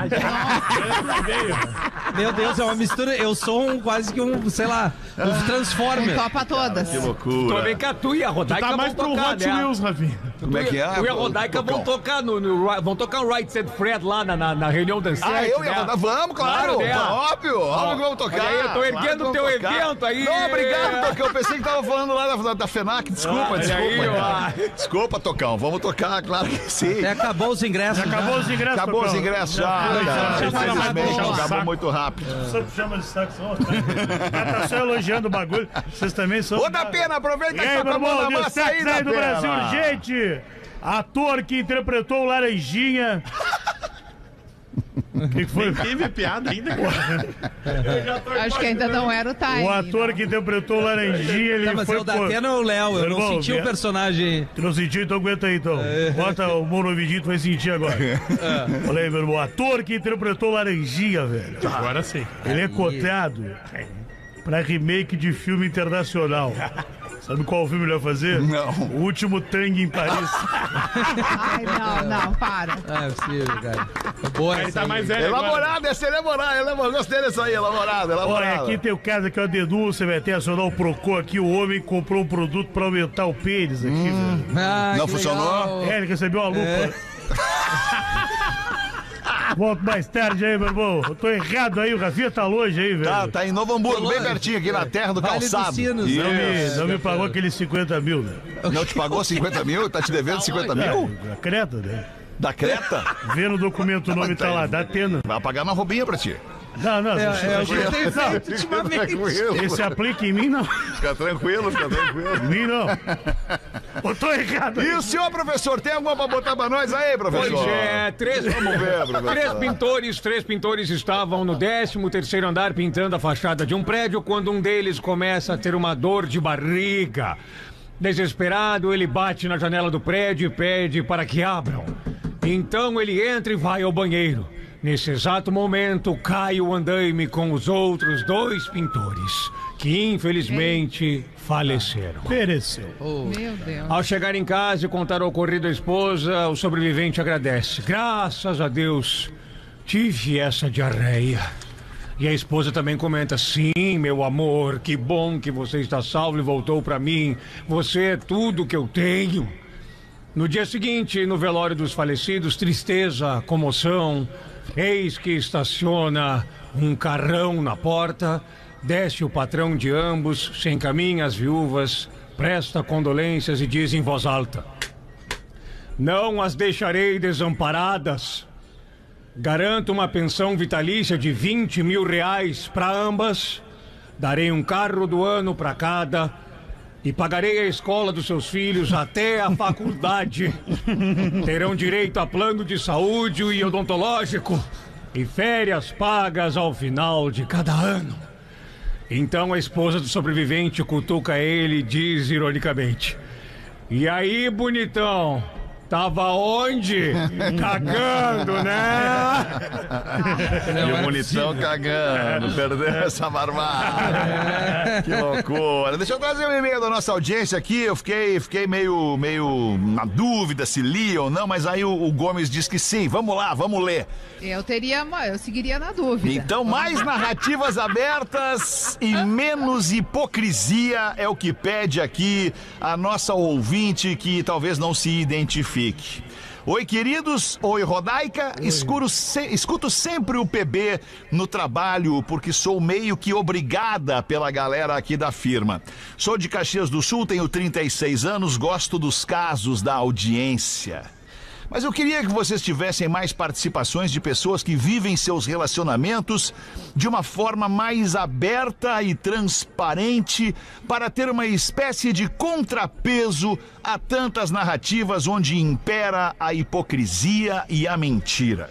Speaker 6: Meu Deus, é uma mistura. Eu sou um, quase que um, sei lá, um
Speaker 7: Um
Speaker 6: transformer.
Speaker 7: topa
Speaker 3: Tá,
Speaker 7: todas.
Speaker 5: Tu
Speaker 3: Loucura.
Speaker 5: Tá, vem cá, tu e a Rodaica
Speaker 4: Tá mais pro
Speaker 5: vão tocar,
Speaker 4: Hot
Speaker 5: né?
Speaker 4: Wheels, Rafinha.
Speaker 3: Como é que é?
Speaker 5: Tu e a Rodaica vão
Speaker 3: Tocão?
Speaker 5: tocar no, no Ri- vão tocar o Então, Right Said Fred lá na, na, na reunião dançante.
Speaker 3: Ah, eu e
Speaker 5: né?
Speaker 3: a Rodaica. Vamos, claro.
Speaker 5: Claro, né?
Speaker 3: tá óbvio. Óbvio que vamos tocar.
Speaker 5: Olha aí, eu tô erguendo
Speaker 3: Claro que
Speaker 5: o teu
Speaker 3: vamos tocar.
Speaker 5: evento aí.
Speaker 3: Não, obrigado, Tocão. Eu pensei que tava falando lá da, da FENAC. Desculpa,
Speaker 5: olha
Speaker 3: desculpa.
Speaker 5: aí,
Speaker 3: cara. Desculpa, Tocão. Vamos tocar, claro que sim.
Speaker 6: Até É, acabou os ingressos.
Speaker 4: Acabou
Speaker 6: né?
Speaker 4: os ingressos,
Speaker 3: Acabou os
Speaker 4: Tocão.
Speaker 3: ingressos já. cara.
Speaker 4: foi, já foi, já foi.
Speaker 3: Infelizmente,
Speaker 4: Puxa o
Speaker 3: acabou
Speaker 4: saco.
Speaker 3: muito rápido.
Speaker 4: Só chama de saco, só. Tá, tá só elogiando o bagulho. Vocês também são.
Speaker 3: Ô, da pena, aproveita
Speaker 4: E
Speaker 3: que
Speaker 4: aí,
Speaker 3: tá com
Speaker 4: meu
Speaker 3: a mão
Speaker 4: irmão,
Speaker 3: na
Speaker 4: destaques
Speaker 3: massa
Speaker 4: aí
Speaker 3: aí, da
Speaker 4: do
Speaker 3: pena.
Speaker 4: Brasil, gente! Ator que interpretou o Laranjinha. O que que foi?
Speaker 8: Teve piada ainda, cara.
Speaker 7: Acho que ainda não era o time. né?
Speaker 4: O ator que interpretou o Laranjinha, ele
Speaker 6: Tá, mas
Speaker 4: foi
Speaker 6: eu da
Speaker 4: por...
Speaker 6: Atena ou o Léo? Eu não
Speaker 4: Irmão,
Speaker 6: senti o
Speaker 4: minha-
Speaker 6: personagem.
Speaker 4: Tu não sentiu, então aguenta aí, então.
Speaker 6: É.
Speaker 4: Bota o mão no ouvidinho, tu vai sentir agora. Olha aí, meu irmão, ator que interpretou o Laranjinha, velho.
Speaker 6: Tá
Speaker 8: Agora sim.
Speaker 4: Ele é cotado pra remake de filme internacional. Sabe qual filme ele vai fazer?
Speaker 3: Não.
Speaker 4: O Último Tango em Paris.
Speaker 7: Ai, não, não, para.
Speaker 6: Ah, é possível, cara. É Boa
Speaker 8: Ele
Speaker 6: essa
Speaker 8: tá
Speaker 6: aí.
Speaker 8: mais velho agora.
Speaker 3: Elaborado, essa é elaborada. elaborada. Gostei dessa aí, elaborada,
Speaker 4: Olha,
Speaker 3: elaborada.
Speaker 4: aqui tem o caso aqui, ó, denúncia, vai até acionar o Procon aqui, o homem comprou um produto pra aumentar o pênis aqui, velho.
Speaker 6: Ah,
Speaker 3: Não
Speaker 6: que
Speaker 3: funcionou?
Speaker 6: legal.
Speaker 4: É, ele recebeu uma lupa. Volto mais tarde aí, meu irmão. Eu tô errado aí, o Rafinha tá longe aí, velho.
Speaker 3: Tá, tá em Novo Hamburgo, bem
Speaker 6: Colônia.
Speaker 3: pertinho, aqui na terra do
Speaker 6: é. Vale dos
Speaker 3: calçado.
Speaker 6: Sinos, né? É
Speaker 3: Isso.
Speaker 4: Não me, não me pagou aqueles 50 mil, né?
Speaker 3: Não te pagou 50 mil? Tá te devendo 50 mil?
Speaker 4: É, Creta, né?
Speaker 3: Da Creta?
Speaker 4: Vê no documento o nome tá lá, da Atena.
Speaker 3: Vai pagar uma roubinha pra ti.
Speaker 4: Não, não,
Speaker 6: É,
Speaker 4: deixa-
Speaker 6: é, o que eu tenho feito
Speaker 3: é
Speaker 6: ultimamente.
Speaker 4: esse é aplica em mim, não. Em
Speaker 3: Fica tranquilo, fica tranquilo.
Speaker 4: mim, não. Eu tô errado aí.
Speaker 3: E o senhor, professor, tem alguma pra botar pra nós aí, professor?
Speaker 5: Pois é, três,
Speaker 3: Vamos ver, professor.
Speaker 5: três pintores, três pintores estavam no 13 terceiro andar pintando a fachada de um prédio quando um deles começa a ter uma dor de barriga. Desesperado, ele bate na janela do prédio e pede para que abram. Então ele entra e vai ao banheiro. Nesse exato momento, cai o andaime com os outros dois pintores, que infelizmente faleceram.
Speaker 4: Pereceu.
Speaker 7: Meu Deus.
Speaker 5: Ao chegar em casa e contar o ocorrido à esposa, o sobrevivente agradece. Graças a Deus, tive essa diarreia. E a esposa também comenta: Sim, meu amor, que bom que você está salvo e voltou para mim. Você é tudo que eu tenho. No dia seguinte, no velório dos falecidos, tristeza, comoção. Eis que estaciona um carrão na porta, desce o patrão de ambos, se encaminha às viúvas, presta condolências e diz em voz alta: Não as deixarei desamparadas. Garanto uma pensão vitalícia de 20 mil reais para ambas. Darei um carro do ano para cada. E pagarei a escola dos seus filhos até a faculdade. Terão direito a plano de saúde e odontológico. E férias pagas ao final de cada ano. Então a esposa do sobrevivente cutuca ele e diz ironicamente: E aí, bonitão? Tava onde? Cagando, né?
Speaker 3: E o bonitão cagando, perdeu essa barbada. Que loucura. Deixa eu trazer um e-mail da nossa audiência aqui. Eu fiquei, fiquei meio, meio na dúvida se li ou não, mas aí o, o Gomes diz que sim. Vamos lá, vamos ler.
Speaker 7: Eu teria, eu seguiria na dúvida.
Speaker 3: Então, mais narrativas abertas e menos hipocrisia é o que pede aqui a nossa ouvinte que talvez não se identifique. Oi, queridos. Oi, Rodaica. Escuro se- Escuto sempre o PB no trabalho, porque sou meio que obrigada pela galera aqui da firma. Sou de Caxias do Sul, tenho 36 anos, gosto dos casos da audiência. Mas eu queria que vocês tivessem mais participações de pessoas que vivem seus relacionamentos de uma forma mais aberta e transparente para ter uma espécie de contrapeso a tantas narrativas onde impera a hipocrisia e a mentira.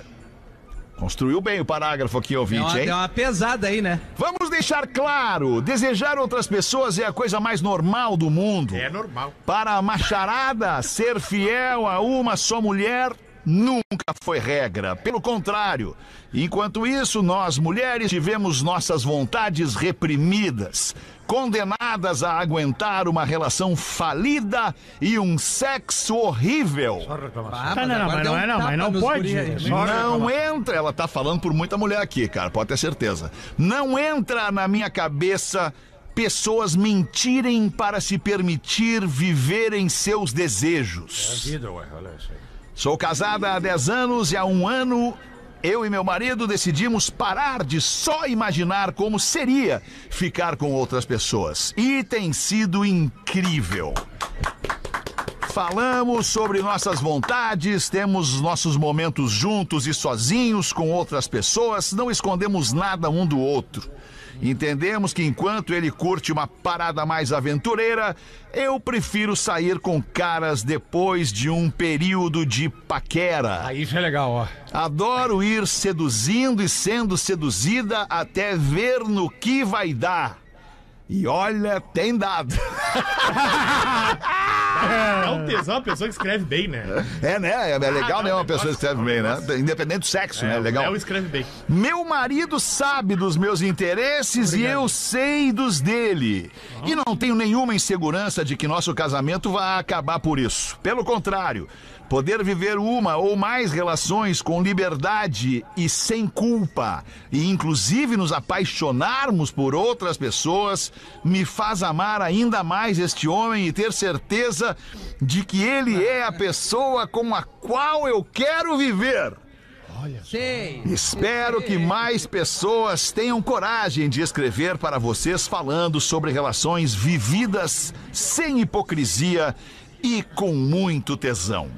Speaker 3: Construiu bem o parágrafo aqui,
Speaker 6: Deu
Speaker 3: ouvinte,
Speaker 6: uma,
Speaker 3: hein?
Speaker 6: deu uma pesada aí, né?
Speaker 3: Vamos deixar claro: desejar outras pessoas é a coisa mais normal do mundo.
Speaker 8: É normal.
Speaker 3: Para a macharada, ser fiel a uma só mulher nunca foi regra. Pelo contrário, enquanto isso, nós mulheres tivemos nossas vontades reprimidas, condenadas a aguentar uma relação falida e um sexo horrível.
Speaker 6: Ah,
Speaker 4: Não, não, não,
Speaker 6: agora
Speaker 4: mas não
Speaker 6: deu um
Speaker 4: é, não,
Speaker 6: tapa
Speaker 4: mas não
Speaker 6: nos
Speaker 4: pode.
Speaker 6: guri aí.
Speaker 4: Só-
Speaker 3: Não entra, ela tá falando por muita mulher aqui, cara, pode ter certeza. Não entra na minha cabeça pessoas mentirem para se permitir viverem seus desejos. Sou casada há 10 anos e há um ano eu e meu marido decidimos parar de só imaginar como seria ficar com outras pessoas. E tem sido incrível. Falamos sobre nossas vontades, temos nossos momentos juntos e sozinhos com outras pessoas, não escondemos nada um do outro. Entendemos que enquanto ele curte uma parada mais aventureira, eu prefiro sair com caras depois de um período de paquera.
Speaker 5: Aí isso é legal, ó.
Speaker 3: Adoro ir seduzindo e sendo seduzida até ver no que vai dar. E olha, tem dado.
Speaker 8: É um tesão a pessoa que escreve bem, né?
Speaker 3: É, né? É legal,
Speaker 8: Ah, não,
Speaker 3: né?
Speaker 8: o
Speaker 3: Uma pessoa
Speaker 8: negócio-
Speaker 3: escreve bem, né? Independente do sexo, né? Legal.
Speaker 8: É, o escreve bem.
Speaker 3: Meu marido sabe dos meus interesses e eu sei dos dele. E não tenho nenhuma insegurança de que nosso casamento vá acabar por isso. Pelo contrário, poder viver uma ou mais relações com liberdade e sem culpa, e inclusive nos apaixonarmos por outras pessoas, me faz amar ainda mais este homem e ter certeza de que ele é a pessoa com a qual eu quero viver.
Speaker 6: Sei.
Speaker 3: Espero que mais pessoas tenham coragem de escrever para vocês falando sobre relações vividas sem hipocrisia e com muito tesão.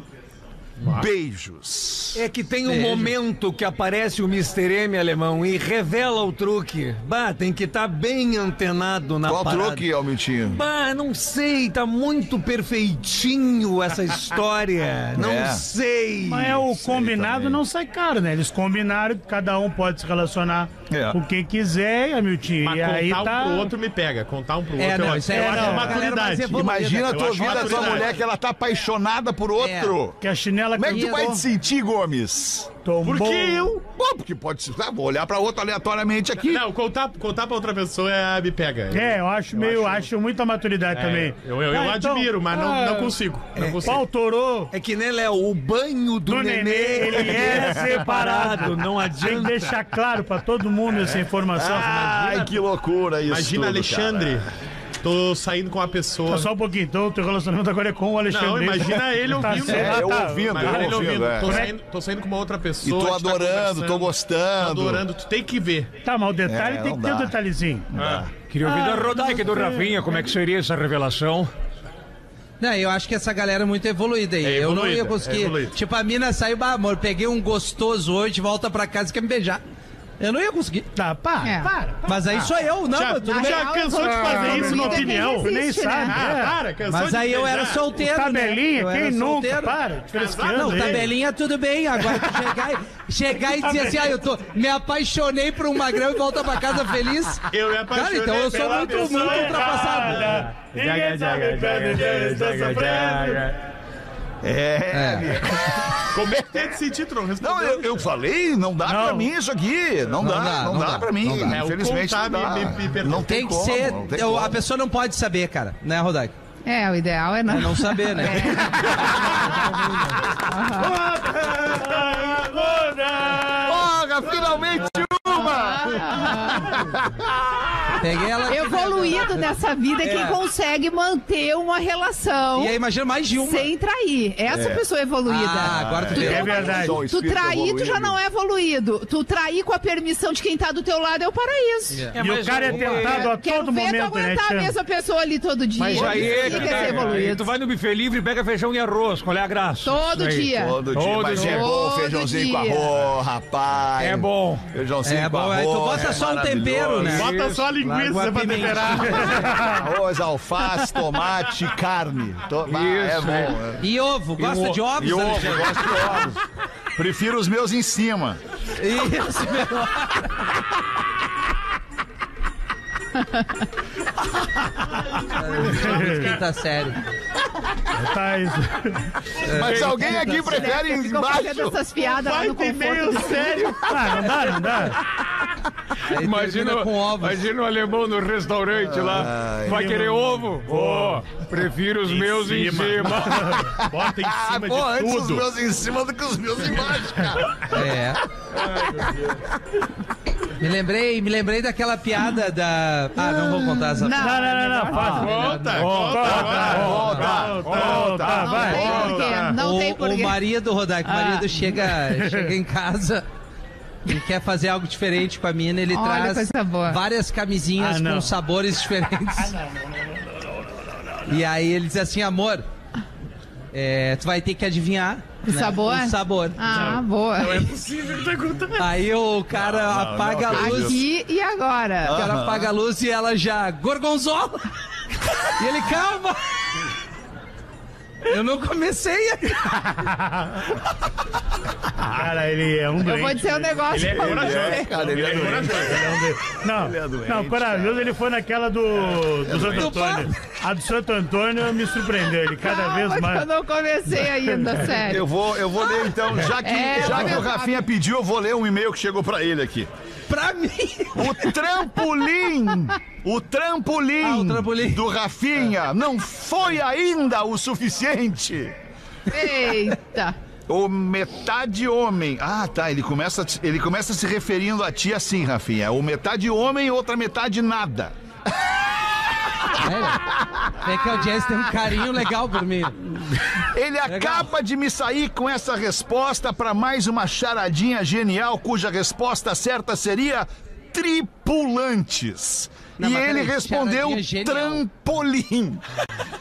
Speaker 3: Beijos.
Speaker 9: É que tem um momento que aparece o Mr. M alemão e revela o truque. Bah, tem que estar bem antenado na
Speaker 3: Qual
Speaker 9: parada.
Speaker 3: truque, Almitinho?
Speaker 9: Bah, não sei, tá muito perfeitinho essa história. Não
Speaker 3: É.
Speaker 9: sei.
Speaker 4: Mas é o combinado não sai caro, né? Eles combinaram que cada um pode se relacionar
Speaker 3: É.
Speaker 4: com quem quiser, Hamilton.
Speaker 8: Mas
Speaker 4: E aí
Speaker 8: contar
Speaker 4: tá.
Speaker 8: um pro outro me pega. Contar um pro outro
Speaker 6: É, não,
Speaker 8: eu,
Speaker 6: isso
Speaker 8: acho-
Speaker 6: aí
Speaker 8: eu
Speaker 6: é
Speaker 8: acho
Speaker 6: não, galera, mas
Speaker 8: maturidade.
Speaker 6: é bom-
Speaker 3: Imagina a tua
Speaker 8: Eu acho
Speaker 3: vida, a tua
Speaker 8: maturidade.
Speaker 3: mulher que ela tá apaixonada por outro.
Speaker 4: Que a chinela
Speaker 3: Como é que tu vai te sentir, Gomes?
Speaker 4: Tombou.
Speaker 8: Por que eu?
Speaker 3: Bom, porque pode ser. Ah, vou olhar pra outro aleatoriamente aqui.
Speaker 8: Não, contar, contar pra outra pessoa é me pega. É,
Speaker 4: É, eu acho meio, acho, muita maturidade também.
Speaker 8: Eu, eu, eu
Speaker 4: Ah, então,
Speaker 8: admiro, mas não,
Speaker 4: ah,
Speaker 8: não consigo. Não
Speaker 4: O
Speaker 8: consigo.
Speaker 4: pau torou
Speaker 9: É que nem Léo, o banho do,
Speaker 4: do nenê,
Speaker 9: nenê,
Speaker 4: ele é separado.
Speaker 9: não
Speaker 4: Tem que
Speaker 9: adianta.
Speaker 4: deixar claro pra todo mundo essa informação.
Speaker 3: Ah, Ai, que loucura isso.
Speaker 8: Imagina,
Speaker 3: tudo,
Speaker 8: Alexandre. Tô saindo com uma pessoa.
Speaker 4: Só um pouquinho, então o teu relacionamento agora é com o Alexandre.
Speaker 8: Não, imagina ele
Speaker 4: Tá
Speaker 8: ouvindo.
Speaker 4: certo.
Speaker 3: Cara. É, eu
Speaker 4: Ah, tá.
Speaker 3: ouvindo,
Speaker 8: Imagina
Speaker 3: eu
Speaker 8: ele
Speaker 3: ouvindo.
Speaker 8: ouvindo.
Speaker 3: é.
Speaker 8: Tô, saindo, tô saindo com uma outra
Speaker 3: E
Speaker 8: pessoa.
Speaker 3: tô
Speaker 8: a gente tá
Speaker 3: adorando, tô
Speaker 8: conversando,
Speaker 3: gostando.
Speaker 8: Tô adorando, tu tem que ver.
Speaker 4: Tá, mas o detalhe
Speaker 3: É,
Speaker 4: tem que
Speaker 3: não
Speaker 4: ter um
Speaker 3: dá.
Speaker 4: detalhezinho.
Speaker 5: Queria ouvir
Speaker 4: Ah,
Speaker 5: da Rodaica e do Rafinha, como é que seria essa revelação?
Speaker 6: Não, eu acho que essa galera é muito evoluída aí.
Speaker 8: É
Speaker 6: eu não
Speaker 8: evoluída,
Speaker 6: ia
Speaker 8: é
Speaker 6: conseguir.
Speaker 8: evoluída.
Speaker 6: tipo, a mina saiu, bah, amor, peguei um gostoso hoje, volta pra casa e quer me beijar. Eu não ia conseguir.
Speaker 4: Tá, para,
Speaker 7: É.
Speaker 4: para.
Speaker 6: Mas aí sou eu, não,
Speaker 8: já
Speaker 6: mas
Speaker 4: Ah,
Speaker 6: tudo bem.
Speaker 8: já cansou de fazer isso na
Speaker 7: comida nem
Speaker 8: opinião.
Speaker 7: existe,
Speaker 4: nem
Speaker 7: né?
Speaker 4: sabe.
Speaker 8: Ah,
Speaker 4: é.
Speaker 8: para, cansou
Speaker 6: Mas
Speaker 8: de
Speaker 6: aí eu era um-
Speaker 8: beijar.
Speaker 6: solteiro.
Speaker 4: Tabelinha,
Speaker 6: né? Eu
Speaker 4: Tá quem
Speaker 6: era
Speaker 4: nunca?
Speaker 6: solteiro.
Speaker 4: Para, te fresqueando
Speaker 6: Não,
Speaker 4: aí.
Speaker 6: tabelinha tudo bem. Agora tu chegar, e- chegar e dizer assim, ah, eu tô, me apaixonei por um magrão e volta pra casa feliz.
Speaker 8: Eu me apaixonei
Speaker 6: Cara, então eu sou
Speaker 8: pela
Speaker 6: muito,
Speaker 8: pessoa
Speaker 6: muito ultrapassado.
Speaker 4: Ninguém sabe quando eu estou
Speaker 9: É,
Speaker 4: sofrendo.
Speaker 6: É,
Speaker 8: Como é que tem esse título?
Speaker 3: Não, eu, eu falei, não dá
Speaker 4: Não.
Speaker 3: pra mim isso aqui. Não, dá,
Speaker 6: dá,
Speaker 3: não,
Speaker 6: não
Speaker 3: dá,
Speaker 6: dá,
Speaker 3: pra mim.
Speaker 6: não dá.
Speaker 8: É, o
Speaker 3: Infelizmente não
Speaker 8: contar
Speaker 3: dá.
Speaker 8: me- me- me-
Speaker 3: Não tem,
Speaker 6: Tem que
Speaker 3: como,
Speaker 6: ser.
Speaker 3: não tem
Speaker 6: eu-
Speaker 3: como.
Speaker 6: a pessoa não pode saber, cara, né, Rodaico?
Speaker 7: É, o ideal é
Speaker 6: É
Speaker 7: não.
Speaker 6: não saber, né?
Speaker 3: Porra, finalmente uma!
Speaker 6: Peguei ela.
Speaker 7: Evoluído nessa vida é quem consegue manter uma relação
Speaker 6: E aí, imagina mais de uma.
Speaker 7: sem trair. Essa pessoa é evoluída.
Speaker 6: Ah, agora tu
Speaker 7: Tu
Speaker 6: deu.
Speaker 7: tem
Speaker 4: É
Speaker 7: uma
Speaker 4: verdade.
Speaker 3: Só o
Speaker 7: Tu
Speaker 3: espírito
Speaker 7: trair, tu já
Speaker 3: evoluído.
Speaker 7: não é evoluído. Tu trair com a permissão de quem tá do teu lado é o paraíso.
Speaker 5: É,
Speaker 4: E o
Speaker 5: mas
Speaker 4: cara é
Speaker 5: uma-
Speaker 4: tentado a
Speaker 7: Quero
Speaker 4: todo
Speaker 7: ver
Speaker 4: momento,
Speaker 7: tu
Speaker 4: né,
Speaker 7: aguentar a
Speaker 4: Tchan?
Speaker 7: mesma pessoa ali todo dia.
Speaker 5: Mas aí é que
Speaker 7: Isso quer
Speaker 5: tá,
Speaker 7: ser
Speaker 5: aí
Speaker 7: evoluído.
Speaker 5: tu vai no buffet livre, pega feijão e arroz, qual é a graça?
Speaker 7: Todo
Speaker 5: Isso aí.
Speaker 7: dia.
Speaker 3: Todo dia,
Speaker 5: Todo
Speaker 3: mas é
Speaker 5: dia.
Speaker 3: bom o
Speaker 7: Todo
Speaker 3: feijãozinho com
Speaker 7: dia.
Speaker 3: arroz, rapaz.
Speaker 5: É bom.
Speaker 3: Feijãozinho
Speaker 6: É
Speaker 3: com
Speaker 6: bom,
Speaker 3: arroz.
Speaker 6: aí tu bota só um tempero, né?
Speaker 5: Bota só a linguiça pra temperar.
Speaker 3: Arroz, alface, tomate, carne. To- Ah, é
Speaker 5: Isso,
Speaker 3: bom.
Speaker 5: é.
Speaker 3: é.
Speaker 6: né? E ovo, gosta de ovos,
Speaker 3: E um ovo, eu
Speaker 6: Alexandre?
Speaker 3: gosto de ovos. Prefiro os meus em cima.
Speaker 6: Isso, melhor. Quinta série.
Speaker 4: Tá isso.
Speaker 3: Mas alguém aqui prefere
Speaker 7: Ficou fazendo
Speaker 3: embaixo.
Speaker 7: essas piadas lá no conforto do
Speaker 4: sério. Ah, não dá, não dá.
Speaker 6: Aí
Speaker 5: Imagina,
Speaker 6: termina com ovos.
Speaker 5: imagina o alemão no restaurante lá. Vai querer ovo? Ó, prefiro os meus em
Speaker 4: cima.
Speaker 5: cima.
Speaker 4: Bota em
Speaker 3: Ah,
Speaker 4: cima
Speaker 3: pô, antes
Speaker 4: de
Speaker 3: os
Speaker 4: tudo.
Speaker 3: meus em cima do que os meus embaixo, cara.
Speaker 6: É. Me lembrei, me lembrei daquela piada da. Ah, não vou contar essa.
Speaker 7: Não,
Speaker 4: Não, não, não, não. Faz.
Speaker 10: Volta,
Speaker 4: Volta, volta, volta,
Speaker 7: Não tem
Speaker 4: vai.
Speaker 7: porquê, não
Speaker 6: o,
Speaker 7: tem
Speaker 6: o
Speaker 7: porquê. Ah.
Speaker 6: marido, Rodak, o marido chega, chega em casa e quer fazer algo diferente com a mina, ele
Speaker 7: Olha,
Speaker 6: traz
Speaker 7: coisa boa. Ah,
Speaker 6: várias camisinhas
Speaker 4: Ah, não.
Speaker 6: com sabores diferentes. E aí ele diz assim, amor, é, tu vai ter que adivinhar né,
Speaker 7: O sabor?
Speaker 6: o sabor.
Speaker 7: Ah, boa.
Speaker 4: é
Speaker 6: Aí o cara apaga a luz.
Speaker 7: Aqui e
Speaker 6: O
Speaker 7: agora.
Speaker 6: cara apaga a luz e ela já. Gorgonzola! e ele, calma! Eu não comecei ainda.
Speaker 4: Cara, ele é um
Speaker 7: Eu vou
Speaker 4: doente.
Speaker 7: dizer um negócio pra
Speaker 3: É,
Speaker 7: você.
Speaker 3: cara, ele é doente.
Speaker 4: Não, não, corajoso ele foi naquela do, do Santo Antônio. A do Santo Antônio me surpreendeu, ele cada
Speaker 7: Calma,
Speaker 4: vez
Speaker 7: que
Speaker 4: mais.
Speaker 7: Eu não comecei ainda, sério.
Speaker 3: Eu vou, eu vou ler então, já que,
Speaker 7: É,
Speaker 3: já
Speaker 7: eu
Speaker 3: que
Speaker 7: vou
Speaker 3: o
Speaker 7: ver.
Speaker 3: Rafinha pediu, eu vou ler um e-mail que chegou pra ele aqui.
Speaker 6: Pra mim!
Speaker 3: O trampolim! O trampolim,
Speaker 6: Ah, o trampolim. É.
Speaker 3: do Rafinha não foi ainda o suficiente.
Speaker 7: Eita.
Speaker 3: O metade homem. Ah, tá. Ele começa, ele começa se referindo a ti assim, Rafinha. O metade homem, outra metade nada.
Speaker 6: É, é que a audiência tem um carinho legal por mim.
Speaker 3: Ele acaba de me sair com essa resposta para mais uma charadinha genial cuja resposta certa seria tripulantes.
Speaker 6: Não,
Speaker 3: e
Speaker 6: mas
Speaker 3: ele
Speaker 6: peraí,
Speaker 3: respondeu
Speaker 6: charadinha genial.
Speaker 3: trampolim.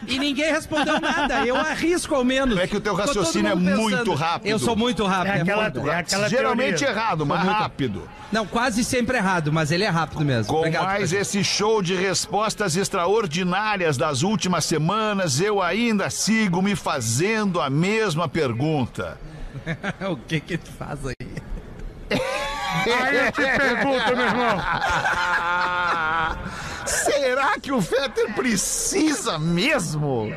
Speaker 6: E ninguém respondeu nada. Eu arrisco ao menos.
Speaker 3: É que o teu
Speaker 6: Ficou todo
Speaker 3: raciocínio
Speaker 6: mundo
Speaker 3: é muito rápido.
Speaker 6: Eu sou muito rápido.
Speaker 4: É
Speaker 6: É
Speaker 4: aquela-
Speaker 6: muito rápido.
Speaker 4: é aquela
Speaker 3: Geralmente
Speaker 4: teoria.
Speaker 3: errado, mas rápido.
Speaker 6: Não, quase sempre errado, mas ele é rápido mesmo.
Speaker 3: Com
Speaker 6: Obrigado.
Speaker 3: mais esse show de respostas extraordinárias das últimas semanas, eu ainda sigo me fazendo a mesma pergunta.
Speaker 6: o que que tu faz aí?
Speaker 4: Aí eu te pergunto, meu irmão.
Speaker 3: Será que o Fetter precisa mesmo?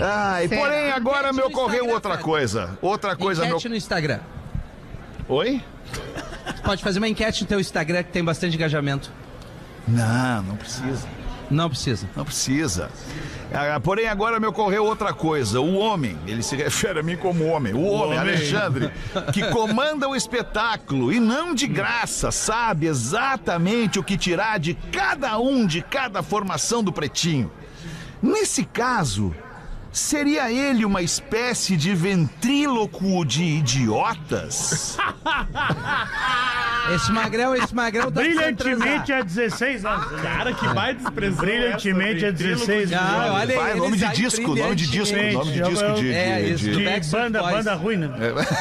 Speaker 3: Ai,
Speaker 7: Será?
Speaker 3: porém agora
Speaker 6: Enquete
Speaker 3: me
Speaker 6: no
Speaker 3: ocorreu
Speaker 6: Instagram,
Speaker 3: outra
Speaker 6: Fetter.
Speaker 3: coisa. Outra coisa, meu.
Speaker 6: Enquete no Instagram.
Speaker 3: Oi?
Speaker 6: Pode fazer uma enquete no teu Instagram que tem bastante engajamento.
Speaker 3: Não, não precisa.
Speaker 6: Não precisa.
Speaker 3: Não precisa. Ah, porém, agora me ocorreu outra coisa. O homem, ele se refere a mim como homem. O, homem, Alexandre, que comanda o espetáculo e não de graça, sabe exatamente o que tirar de cada um de cada formação do pretinho. Nesse caso, seria ele uma espécie de ventríloco de idiotas?
Speaker 6: Esse magrão, esse magrão tá precisando
Speaker 4: Brilhantemente há 16 anos.
Speaker 10: Cara, que vai desprezar.
Speaker 4: Brilhantemente há 16
Speaker 6: transar. Ah,
Speaker 4: anos.
Speaker 6: olha
Speaker 3: Vai,
Speaker 6: ele
Speaker 3: nome de
Speaker 6: sai
Speaker 3: disco, nome de disco,
Speaker 4: brilhantemente.
Speaker 3: nome de disco de.
Speaker 6: É,
Speaker 3: de-
Speaker 6: isso,
Speaker 3: de-
Speaker 6: do Backstreet
Speaker 4: De banda,
Speaker 6: Boys.
Speaker 4: banda ruim, né?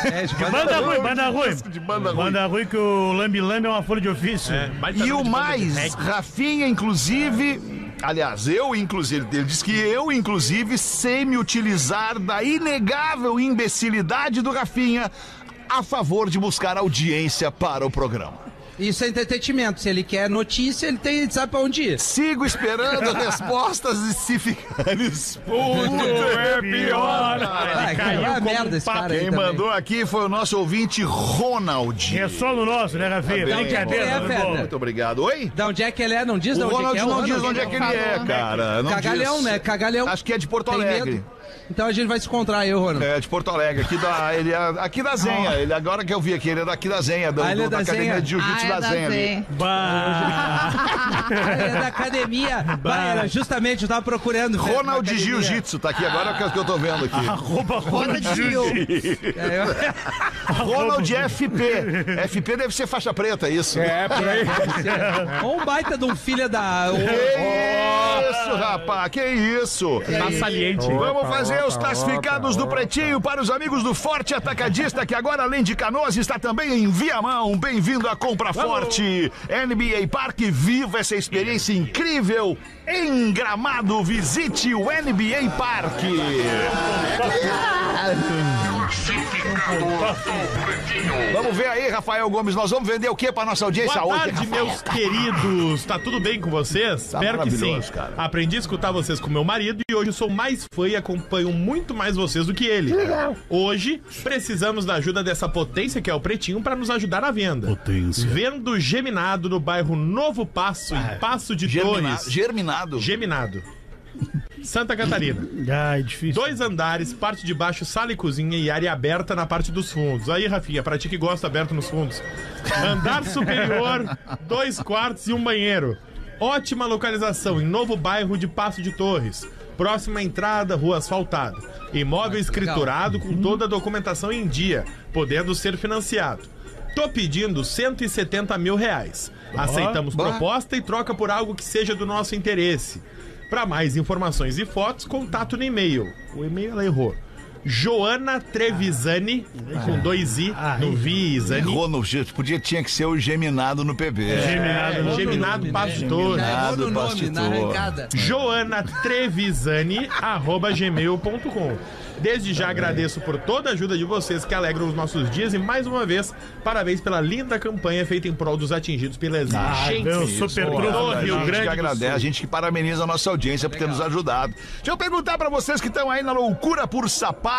Speaker 6: É, de banda-
Speaker 4: Banda ruim, banda ruim.
Speaker 3: de banda ruim.
Speaker 4: Banda ruim que o Lambi Lambi é uma folha de ofício.
Speaker 3: E o mais, Rafinha, inclusive. Aliás, eu, inclusive, ele disse que eu, inclusive, sei me utilizar da inegável imbecilidade do Rafinha a favor de buscar audiência para o programa.
Speaker 6: Isso é entretenimento. Se ele quer notícia, ele tem, ele sabe pra onde ir.
Speaker 3: Sigo esperando respostas e se ficar
Speaker 5: Tudo
Speaker 3: exposto.
Speaker 5: é pior.
Speaker 6: Ah, que
Speaker 4: caiu
Speaker 6: uma
Speaker 4: como
Speaker 6: merda
Speaker 4: um
Speaker 6: esse
Speaker 4: pato.
Speaker 6: cara aí
Speaker 3: Quem
Speaker 6: também.
Speaker 3: mandou aqui foi o nosso ouvinte Ronald.
Speaker 4: E é solo nosso, né, Rafinha?
Speaker 3: Tá bem,
Speaker 4: Brincadeira,
Speaker 6: é,
Speaker 4: meu
Speaker 6: Fernando.
Speaker 4: irmão.
Speaker 3: Muito obrigado. Oi?
Speaker 6: Da onde é que ele é? Não diz
Speaker 3: O
Speaker 6: da onde é
Speaker 3: Ronald
Speaker 6: que é. o
Speaker 3: não
Speaker 6: Ronald.
Speaker 3: diz onde é que ele é, cara. Não
Speaker 6: Cagalhão,
Speaker 3: diz.
Speaker 6: né? Cagalhão.
Speaker 3: Acho que é de Porto
Speaker 6: Tem
Speaker 3: Alegre.
Speaker 6: medo. Então a gente vai se encontrar, eu, Ronald.
Speaker 3: É, de Porto Alegre, aqui da, ele é aqui da Zenha. Ele, agora que eu vi aqui, ele é daqui da Zenha, do,
Speaker 6: Ah, ele é
Speaker 3: do- da,
Speaker 6: da
Speaker 3: academia
Speaker 6: Zenha?
Speaker 3: de Jiu-Jitsu
Speaker 7: Ah,
Speaker 3: da,
Speaker 7: é da
Speaker 3: Zenha. ali.
Speaker 7: Zen.
Speaker 6: É da academia. Bah, era justamente, eu tava procurando. velho, uma
Speaker 3: Ronald de
Speaker 6: academia. Ah,
Speaker 3: Jiu-Jitsu, tá aqui agora que é o que eu tô vendo aqui.
Speaker 4: Arroba
Speaker 7: Roda de Rio.
Speaker 6: É, eu-
Speaker 3: Ronald FP. FP deve ser faixa preta, isso. né?
Speaker 11: É, por aí.
Speaker 6: Ou um baita de um filho
Speaker 3: É.
Speaker 6: da.
Speaker 3: Que isso, rapaz, que isso.
Speaker 8: Tá saliente.
Speaker 3: Vamos fazer os classificados do Pretinho para os amigos do Forte Atacadista, que agora, além de Canoas, está também em Viamão. Bem-vindo à Compra Forte. NBA Parque, viva essa experiência incrível em Gramado. Visite o NBA Parque. Vamos ver aí, Rafael Gomes, nós vamos vender o que para nossa audiência
Speaker 8: Boa
Speaker 3: hoje?
Speaker 8: tarde,
Speaker 3: Rafael?
Speaker 8: meus queridos. Tá tudo bem com vocês?
Speaker 3: Tá
Speaker 8: Espero que sim.
Speaker 3: maravilhoso, cara.
Speaker 8: Aprendi a escutar vocês com meu marido e hoje eu sou mais fã e acompanho muito mais vocês do que ele. Legal. Hoje precisamos da ajuda dessa potência que é o Pretinho para nos ajudar na venda.
Speaker 4: Potência.
Speaker 8: Vendo Geminado no bairro Novo Passo,
Speaker 3: Ah,
Speaker 8: em Passo de
Speaker 3: Germina-
Speaker 8: Torres.
Speaker 3: Germinado.
Speaker 8: Geminado. Santa Catarina.
Speaker 4: Ah, é difícil.
Speaker 8: Dois andares, parte de baixo, sala e cozinha e área aberta na parte dos fundos. Aí, Rafinha, pra ti que gosta aberto nos fundos. Andar superior, dois quartos e um banheiro. Ótima localização em novo bairro de Passo de Torres. Próxima entrada, rua asfaltada. Imóvel escriturado com toda a documentação em dia, podendo ser financiado. Tô pedindo 170 mil reais. Aceitamos proposta e troca por algo que seja do nosso interesse. Para mais informações e fotos, contato no e-mail. O e-mail ela errou. Joana Trevisani, com dois i, no Visani.
Speaker 3: Errou no jeito, podia tinha que ser o Germinado no PB.
Speaker 4: Geminado.
Speaker 8: É, Geminado Pastor.
Speaker 6: Errou né? no nome, na
Speaker 3: Pastor.
Speaker 6: arrancada.
Speaker 8: Joana Trevisani, arroba gmail.com. Desde já agradeço por toda a ajuda de vocês que alegram os nossos dias e mais uma vez, parabéns pela linda campanha feita em prol dos atingidos pela exigência.
Speaker 4: meu um super
Speaker 8: do
Speaker 4: trunfo. Tá
Speaker 3: A
Speaker 8: Rio
Speaker 3: gente
Speaker 8: Grande
Speaker 3: que
Speaker 8: do
Speaker 3: agradece, a
Speaker 8: Sul.
Speaker 3: gente que parabeniza a nossa audiência por ter nos ajudado. Deixa eu perguntar pra vocês que estão aí na loucura por sapatos.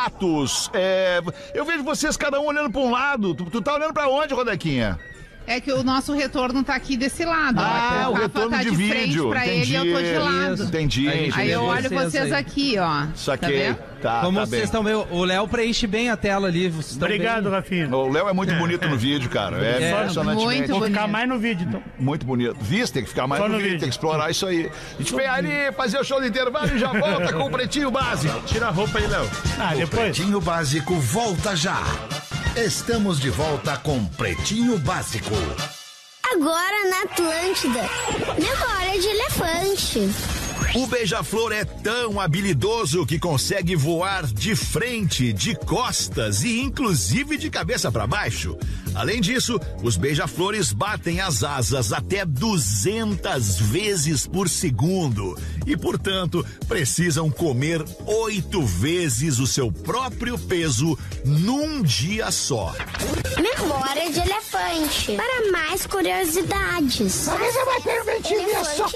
Speaker 3: é, eu vejo vocês cada um olhando pra um lado. Tu, tu tá olhando pra onde, Rodequinha?
Speaker 7: É que o nosso retorno tá aqui desse lado.
Speaker 3: Ah,
Speaker 7: ó.
Speaker 3: o
Speaker 7: Rafa
Speaker 3: retorno
Speaker 7: tá
Speaker 3: de,
Speaker 7: de,
Speaker 3: vídeo.
Speaker 7: frente pra
Speaker 3: entendi.
Speaker 7: ele e eu tô de lado.
Speaker 3: Entendi,
Speaker 6: Aí,
Speaker 3: entendi.
Speaker 7: Aí eu olho
Speaker 6: Vocês aí.
Speaker 7: vocês aqui, ó.
Speaker 3: Saquei.
Speaker 7: Tá vendo?
Speaker 3: Tá,
Speaker 6: Como
Speaker 3: tá
Speaker 6: vocês
Speaker 3: bem.
Speaker 6: estão vendo, o Léo preenche bem a tela ali. vocês estão
Speaker 4: Obrigado,
Speaker 6: bem-
Speaker 4: Rafinha.
Speaker 3: O Léo é muito bonito no vídeo, cara. É,
Speaker 6: É,
Speaker 3: impressionantemente.
Speaker 7: muito
Speaker 4: Vou ficar
Speaker 7: bonito.
Speaker 4: mais no vídeo, então.
Speaker 3: Muito bonito. Visto, tem que ficar mais
Speaker 4: Só
Speaker 3: no,
Speaker 4: no
Speaker 3: vídeo,
Speaker 4: vídeo.
Speaker 3: tem que explorar isso aí. A gente vem ali fazer o show do intervalo e já volta com o Pretinho Básico.
Speaker 8: Tira a roupa aí, Léo.
Speaker 4: Ah, depois.
Speaker 1: Pretinho Básico volta já. Estamos de volta com Pretinho Básico.
Speaker 12: Agora na Atlântida. Memória de elefante.
Speaker 3: O beija-flor é tão habilidoso que consegue voar de frente, de costas e inclusive de cabeça para baixo. Além disso, os beija-flores batem as asas até 200 vezes por segundo e, portanto, precisam comer oito vezes o seu próprio peso num dia só.
Speaker 12: Memória de elefante. Para mais curiosidades.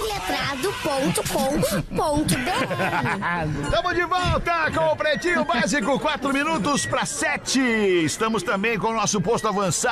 Speaker 12: elefanteletrado.com.br
Speaker 3: Estamos de volta com o Pretinho Básico, 4 minutos para 7. Estamos também com o nosso posto avançado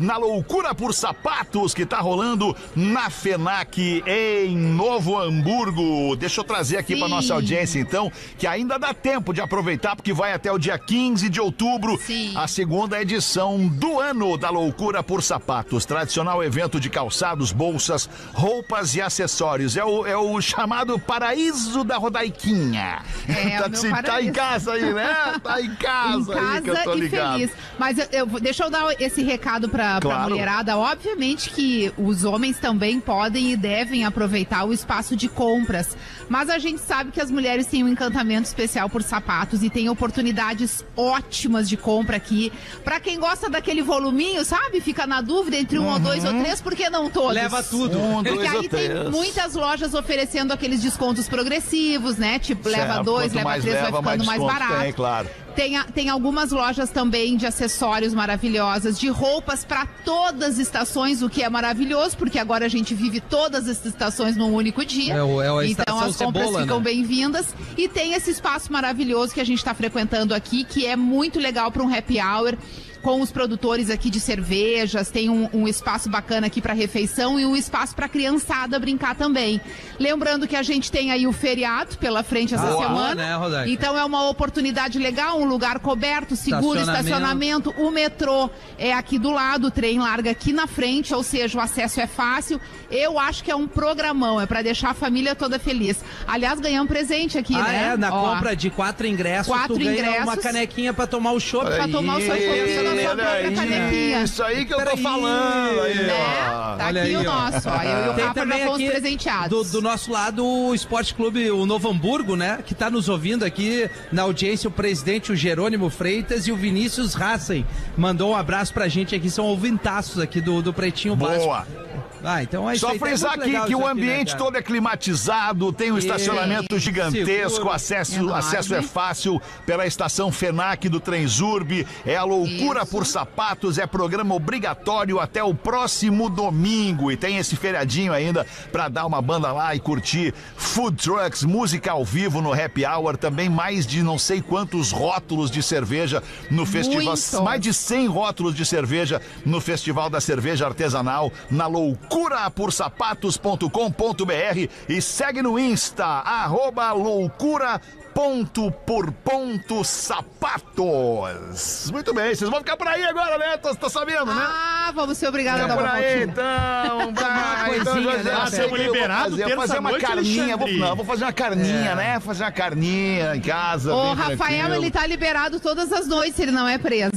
Speaker 3: na loucura por sapatos que tá rolando na FENAC em Novo Hamburgo. Deixa eu trazer aqui para
Speaker 7: Sim.
Speaker 3: nossa audiência então, que ainda dá tempo de aproveitar porque vai até o dia 15 de outubro,
Speaker 7: Sim.
Speaker 3: a segunda edição do ano da loucura por sapatos, tradicional evento de calçados, bolsas, roupas e acessórios. É o, é o chamado paraíso da rodaiquinha.
Speaker 7: É,
Speaker 3: tá,
Speaker 7: o meu
Speaker 3: se- tá em
Speaker 7: paraíso.
Speaker 3: casa aí, né? Tá em casa,
Speaker 7: em casa
Speaker 3: aí que eu tô
Speaker 7: e
Speaker 3: ligado.
Speaker 7: feliz. Mas eu, eu vou- deixa eu dar esse recado pra, pra
Speaker 3: Claro.
Speaker 7: mulherada. Obviamente que os homens também podem e devem aproveitar o espaço de compras. Mas a gente sabe que as mulheres têm um encantamento especial por sapatos e tem oportunidades ótimas de compra aqui. Pra quem gosta daquele voluminho, sabe? Fica na dúvida entre
Speaker 3: Uhum.
Speaker 7: um ou dois ou três, por que não todos?
Speaker 6: Leva tudo.
Speaker 3: Um,
Speaker 7: Porque
Speaker 3: dois ou
Speaker 7: aí tem
Speaker 3: três.
Speaker 7: muitas lojas oferecendo aqueles descontos progressivos, né? Tipo, leva
Speaker 3: Certo,
Speaker 7: dois,
Speaker 3: quanto
Speaker 7: leva
Speaker 3: mais
Speaker 7: três,
Speaker 3: leva,
Speaker 7: vai
Speaker 3: mais
Speaker 7: ficando mais,
Speaker 3: desconto
Speaker 7: barato.
Speaker 3: tem, claro.
Speaker 7: Tem, a- tem algumas lojas também de acessórios maravilhosas, de roupas para todas as estações, o que é maravilhoso, porque agora a gente vive todas as estações num único dia.
Speaker 6: É o- é a
Speaker 7: então
Speaker 6: estação
Speaker 7: as compras
Speaker 6: cebola,
Speaker 7: ficam
Speaker 6: né?
Speaker 7: bem-vindas. E tá tem esse espaço maravilhoso que a gente está frequentando aqui, que é muito legal para um happy hour. com os produtores aqui de cervejas, tem um, um espaço bacana aqui para refeição e um espaço para criançada brincar também. Lembrando que a gente tem aí o feriado pela frente essa
Speaker 6: Boa,
Speaker 7: semana.
Speaker 6: né, Rodaica?
Speaker 7: então é uma oportunidade legal, um lugar coberto, seguro,
Speaker 6: Estacionamento.
Speaker 7: estacionamento. O metrô é aqui do lado, o trem larga aqui na frente, ou seja, o acesso é fácil. Eu acho que é um programão, é para deixar a família toda feliz. Aliás, ganhamos presente aqui,
Speaker 6: ah,
Speaker 7: né?
Speaker 6: é? Na
Speaker 7: Ó.
Speaker 6: compra de quatro ingressos,
Speaker 7: Quatro
Speaker 6: tu ganha
Speaker 7: ingressos.
Speaker 6: uma canequinha pra tomar o chopp.
Speaker 7: Pra tomar o seu copinho na sua
Speaker 3: Olha
Speaker 7: própria
Speaker 3: aí,
Speaker 7: canequinha.
Speaker 3: É Isso aí que eu tô
Speaker 6: Peraí.
Speaker 3: falando. Aí,
Speaker 7: Né?
Speaker 3: ó.
Speaker 7: Tá
Speaker 6: Olha aí,
Speaker 7: aqui o
Speaker 6: ó.
Speaker 7: nosso, ó. Eu e o
Speaker 6: Tem
Speaker 7: Rafa já
Speaker 6: também
Speaker 7: fomos
Speaker 6: aqui do,
Speaker 7: presenteados.
Speaker 6: do nosso lado o Esporte Clube, o Novo Hamburgo, né? Que tá nos ouvindo aqui na audiência, o presidente, o Jerônimo Freitas e o Vinícius Hassen. Mandou um abraço pra gente aqui, são ouvintaços aqui do, do Pretinho
Speaker 3: Boa.
Speaker 6: Básico. Ah, então é isso
Speaker 3: Só
Speaker 6: aí, tá
Speaker 3: frisar
Speaker 6: muito
Speaker 3: aqui
Speaker 6: legal
Speaker 3: que
Speaker 6: isso
Speaker 3: o
Speaker 6: aqui, né,
Speaker 3: ambiente
Speaker 6: cara?
Speaker 3: todo é climatizado, tem um estacionamento gigantesco,
Speaker 6: seguro, né?
Speaker 3: acesso,
Speaker 7: enorme.
Speaker 3: acesso é fácil pela estação FENAC do Transurb, é a loucura
Speaker 7: Isso.
Speaker 3: por sapatos, é programa obrigatório até o próximo domingo e tem esse feriadinho ainda pra dar uma banda lá e curtir food trucks, música ao vivo no happy hour, também mais de não sei quantos rótulos de cerveja no festival,
Speaker 7: Muito.
Speaker 3: mais de 100 rótulos de cerveja no Festival da Cerveja Artesanal na loucurapursapatos.com.br e segue no Insta, arroba loucura ponto por ponto sapatos. Muito bem, vocês vão ficar por aí agora, né? Tá, tá sabendo, né?
Speaker 7: Ah, vamos ser obrigados a dar
Speaker 3: por
Speaker 7: uma
Speaker 3: aí,
Speaker 7: voltinha.
Speaker 3: então, vai, então
Speaker 6: coisinha, né?
Speaker 3: já
Speaker 6: Ah,
Speaker 3: sei
Speaker 13: tamo
Speaker 3: o que eu vou
Speaker 13: liberado
Speaker 3: fazer. Vou fazer uma
Speaker 13: terça-noite,
Speaker 3: carninha, vou,
Speaker 13: Alexandre.
Speaker 3: não, vou fazer uma carninha, né? Fazer uma carninha em casa.
Speaker 6: tá
Speaker 7: O
Speaker 3: bem
Speaker 7: É. Rafael,
Speaker 3: tranquilo.
Speaker 7: ele tá liberado todas as noites, ele não é preso.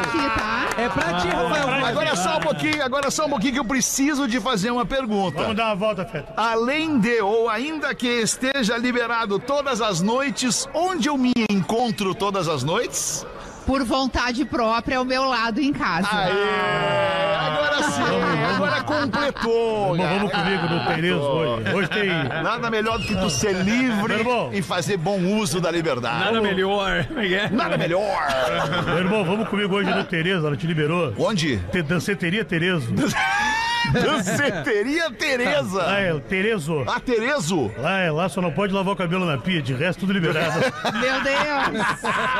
Speaker 7: Aqui, tá?
Speaker 6: É pra
Speaker 3: Ah,
Speaker 6: ti, Rafael.
Speaker 3: Agora só um pouquinho, agora só um pouquinho que eu preciso de fazer uma
Speaker 4: Vamos
Speaker 3: pergunta.
Speaker 4: dar uma volta, Feta.
Speaker 3: Além de ou ainda que esteja liberado todas as noites, onde eu me encontro todas as noites?
Speaker 7: Por vontade própria, ao meu lado em casa.
Speaker 3: Aê! Agora sim, agora completou.
Speaker 4: Vamos, vamos
Speaker 3: cara.
Speaker 4: comigo no Perezo hoje. Hoje tem.
Speaker 3: Nada melhor do que tu ser livre
Speaker 4: Meu irmão.
Speaker 3: e fazer bom uso da liberdade.
Speaker 5: Nada melhor.
Speaker 3: Nada melhor.
Speaker 4: Meu irmão, vamos comigo hoje no Tereza, ela te liberou.
Speaker 3: Onde?
Speaker 4: Te, danceteria Terezo.
Speaker 3: Danceteria
Speaker 4: Lá
Speaker 3: Tereza.
Speaker 4: é o Terezo.
Speaker 3: A Terezo.
Speaker 4: Lá é lá, só não pode lavar o cabelo na pia, de resto tudo liberado.
Speaker 7: Meu Deus!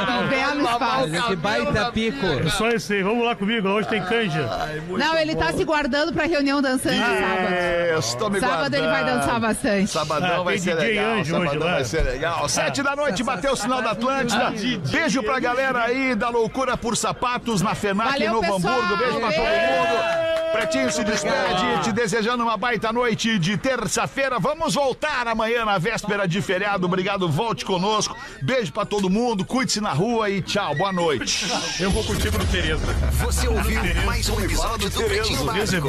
Speaker 7: que belo
Speaker 3: lavar o
Speaker 7: espaço.
Speaker 3: cabelo.
Speaker 6: Que baita pico.
Speaker 4: É só esse aí, vamos lá comigo, lá hoje tem canja.
Speaker 7: Não, ele tá se guardando pra reunião dançante sábado.
Speaker 3: Isso, tô me
Speaker 7: Sábado ele vai
Speaker 3: É. guardando.
Speaker 7: dançar bastante.
Speaker 3: Sabadão
Speaker 4: Ah,
Speaker 3: vai
Speaker 4: tem
Speaker 3: ser
Speaker 4: DJ
Speaker 3: legal.
Speaker 4: Anjo
Speaker 3: Sabadão
Speaker 4: hoje lá.
Speaker 3: vai ser legal. Sete da noite, bateu o sinal da Atlântida. Beijo pra galera aí da Loucura por Sapatos na FENAC
Speaker 7: Valeu,
Speaker 3: em Novo
Speaker 7: pessoal.
Speaker 3: Hamburgo. Beijo pra todo
Speaker 7: Beijo.
Speaker 3: mundo. Pretinho se despede, te desejando uma baita noite de terça-feira. Vamos voltar amanhã na véspera de feriado. Obrigado, volte conosco. Beijo pra todo mundo, cuide-se na rua e tchau, boa noite.
Speaker 13: Eu vou curtir pro Tereza.
Speaker 14: Você ouviu mais um episódio do Pretinho Básico.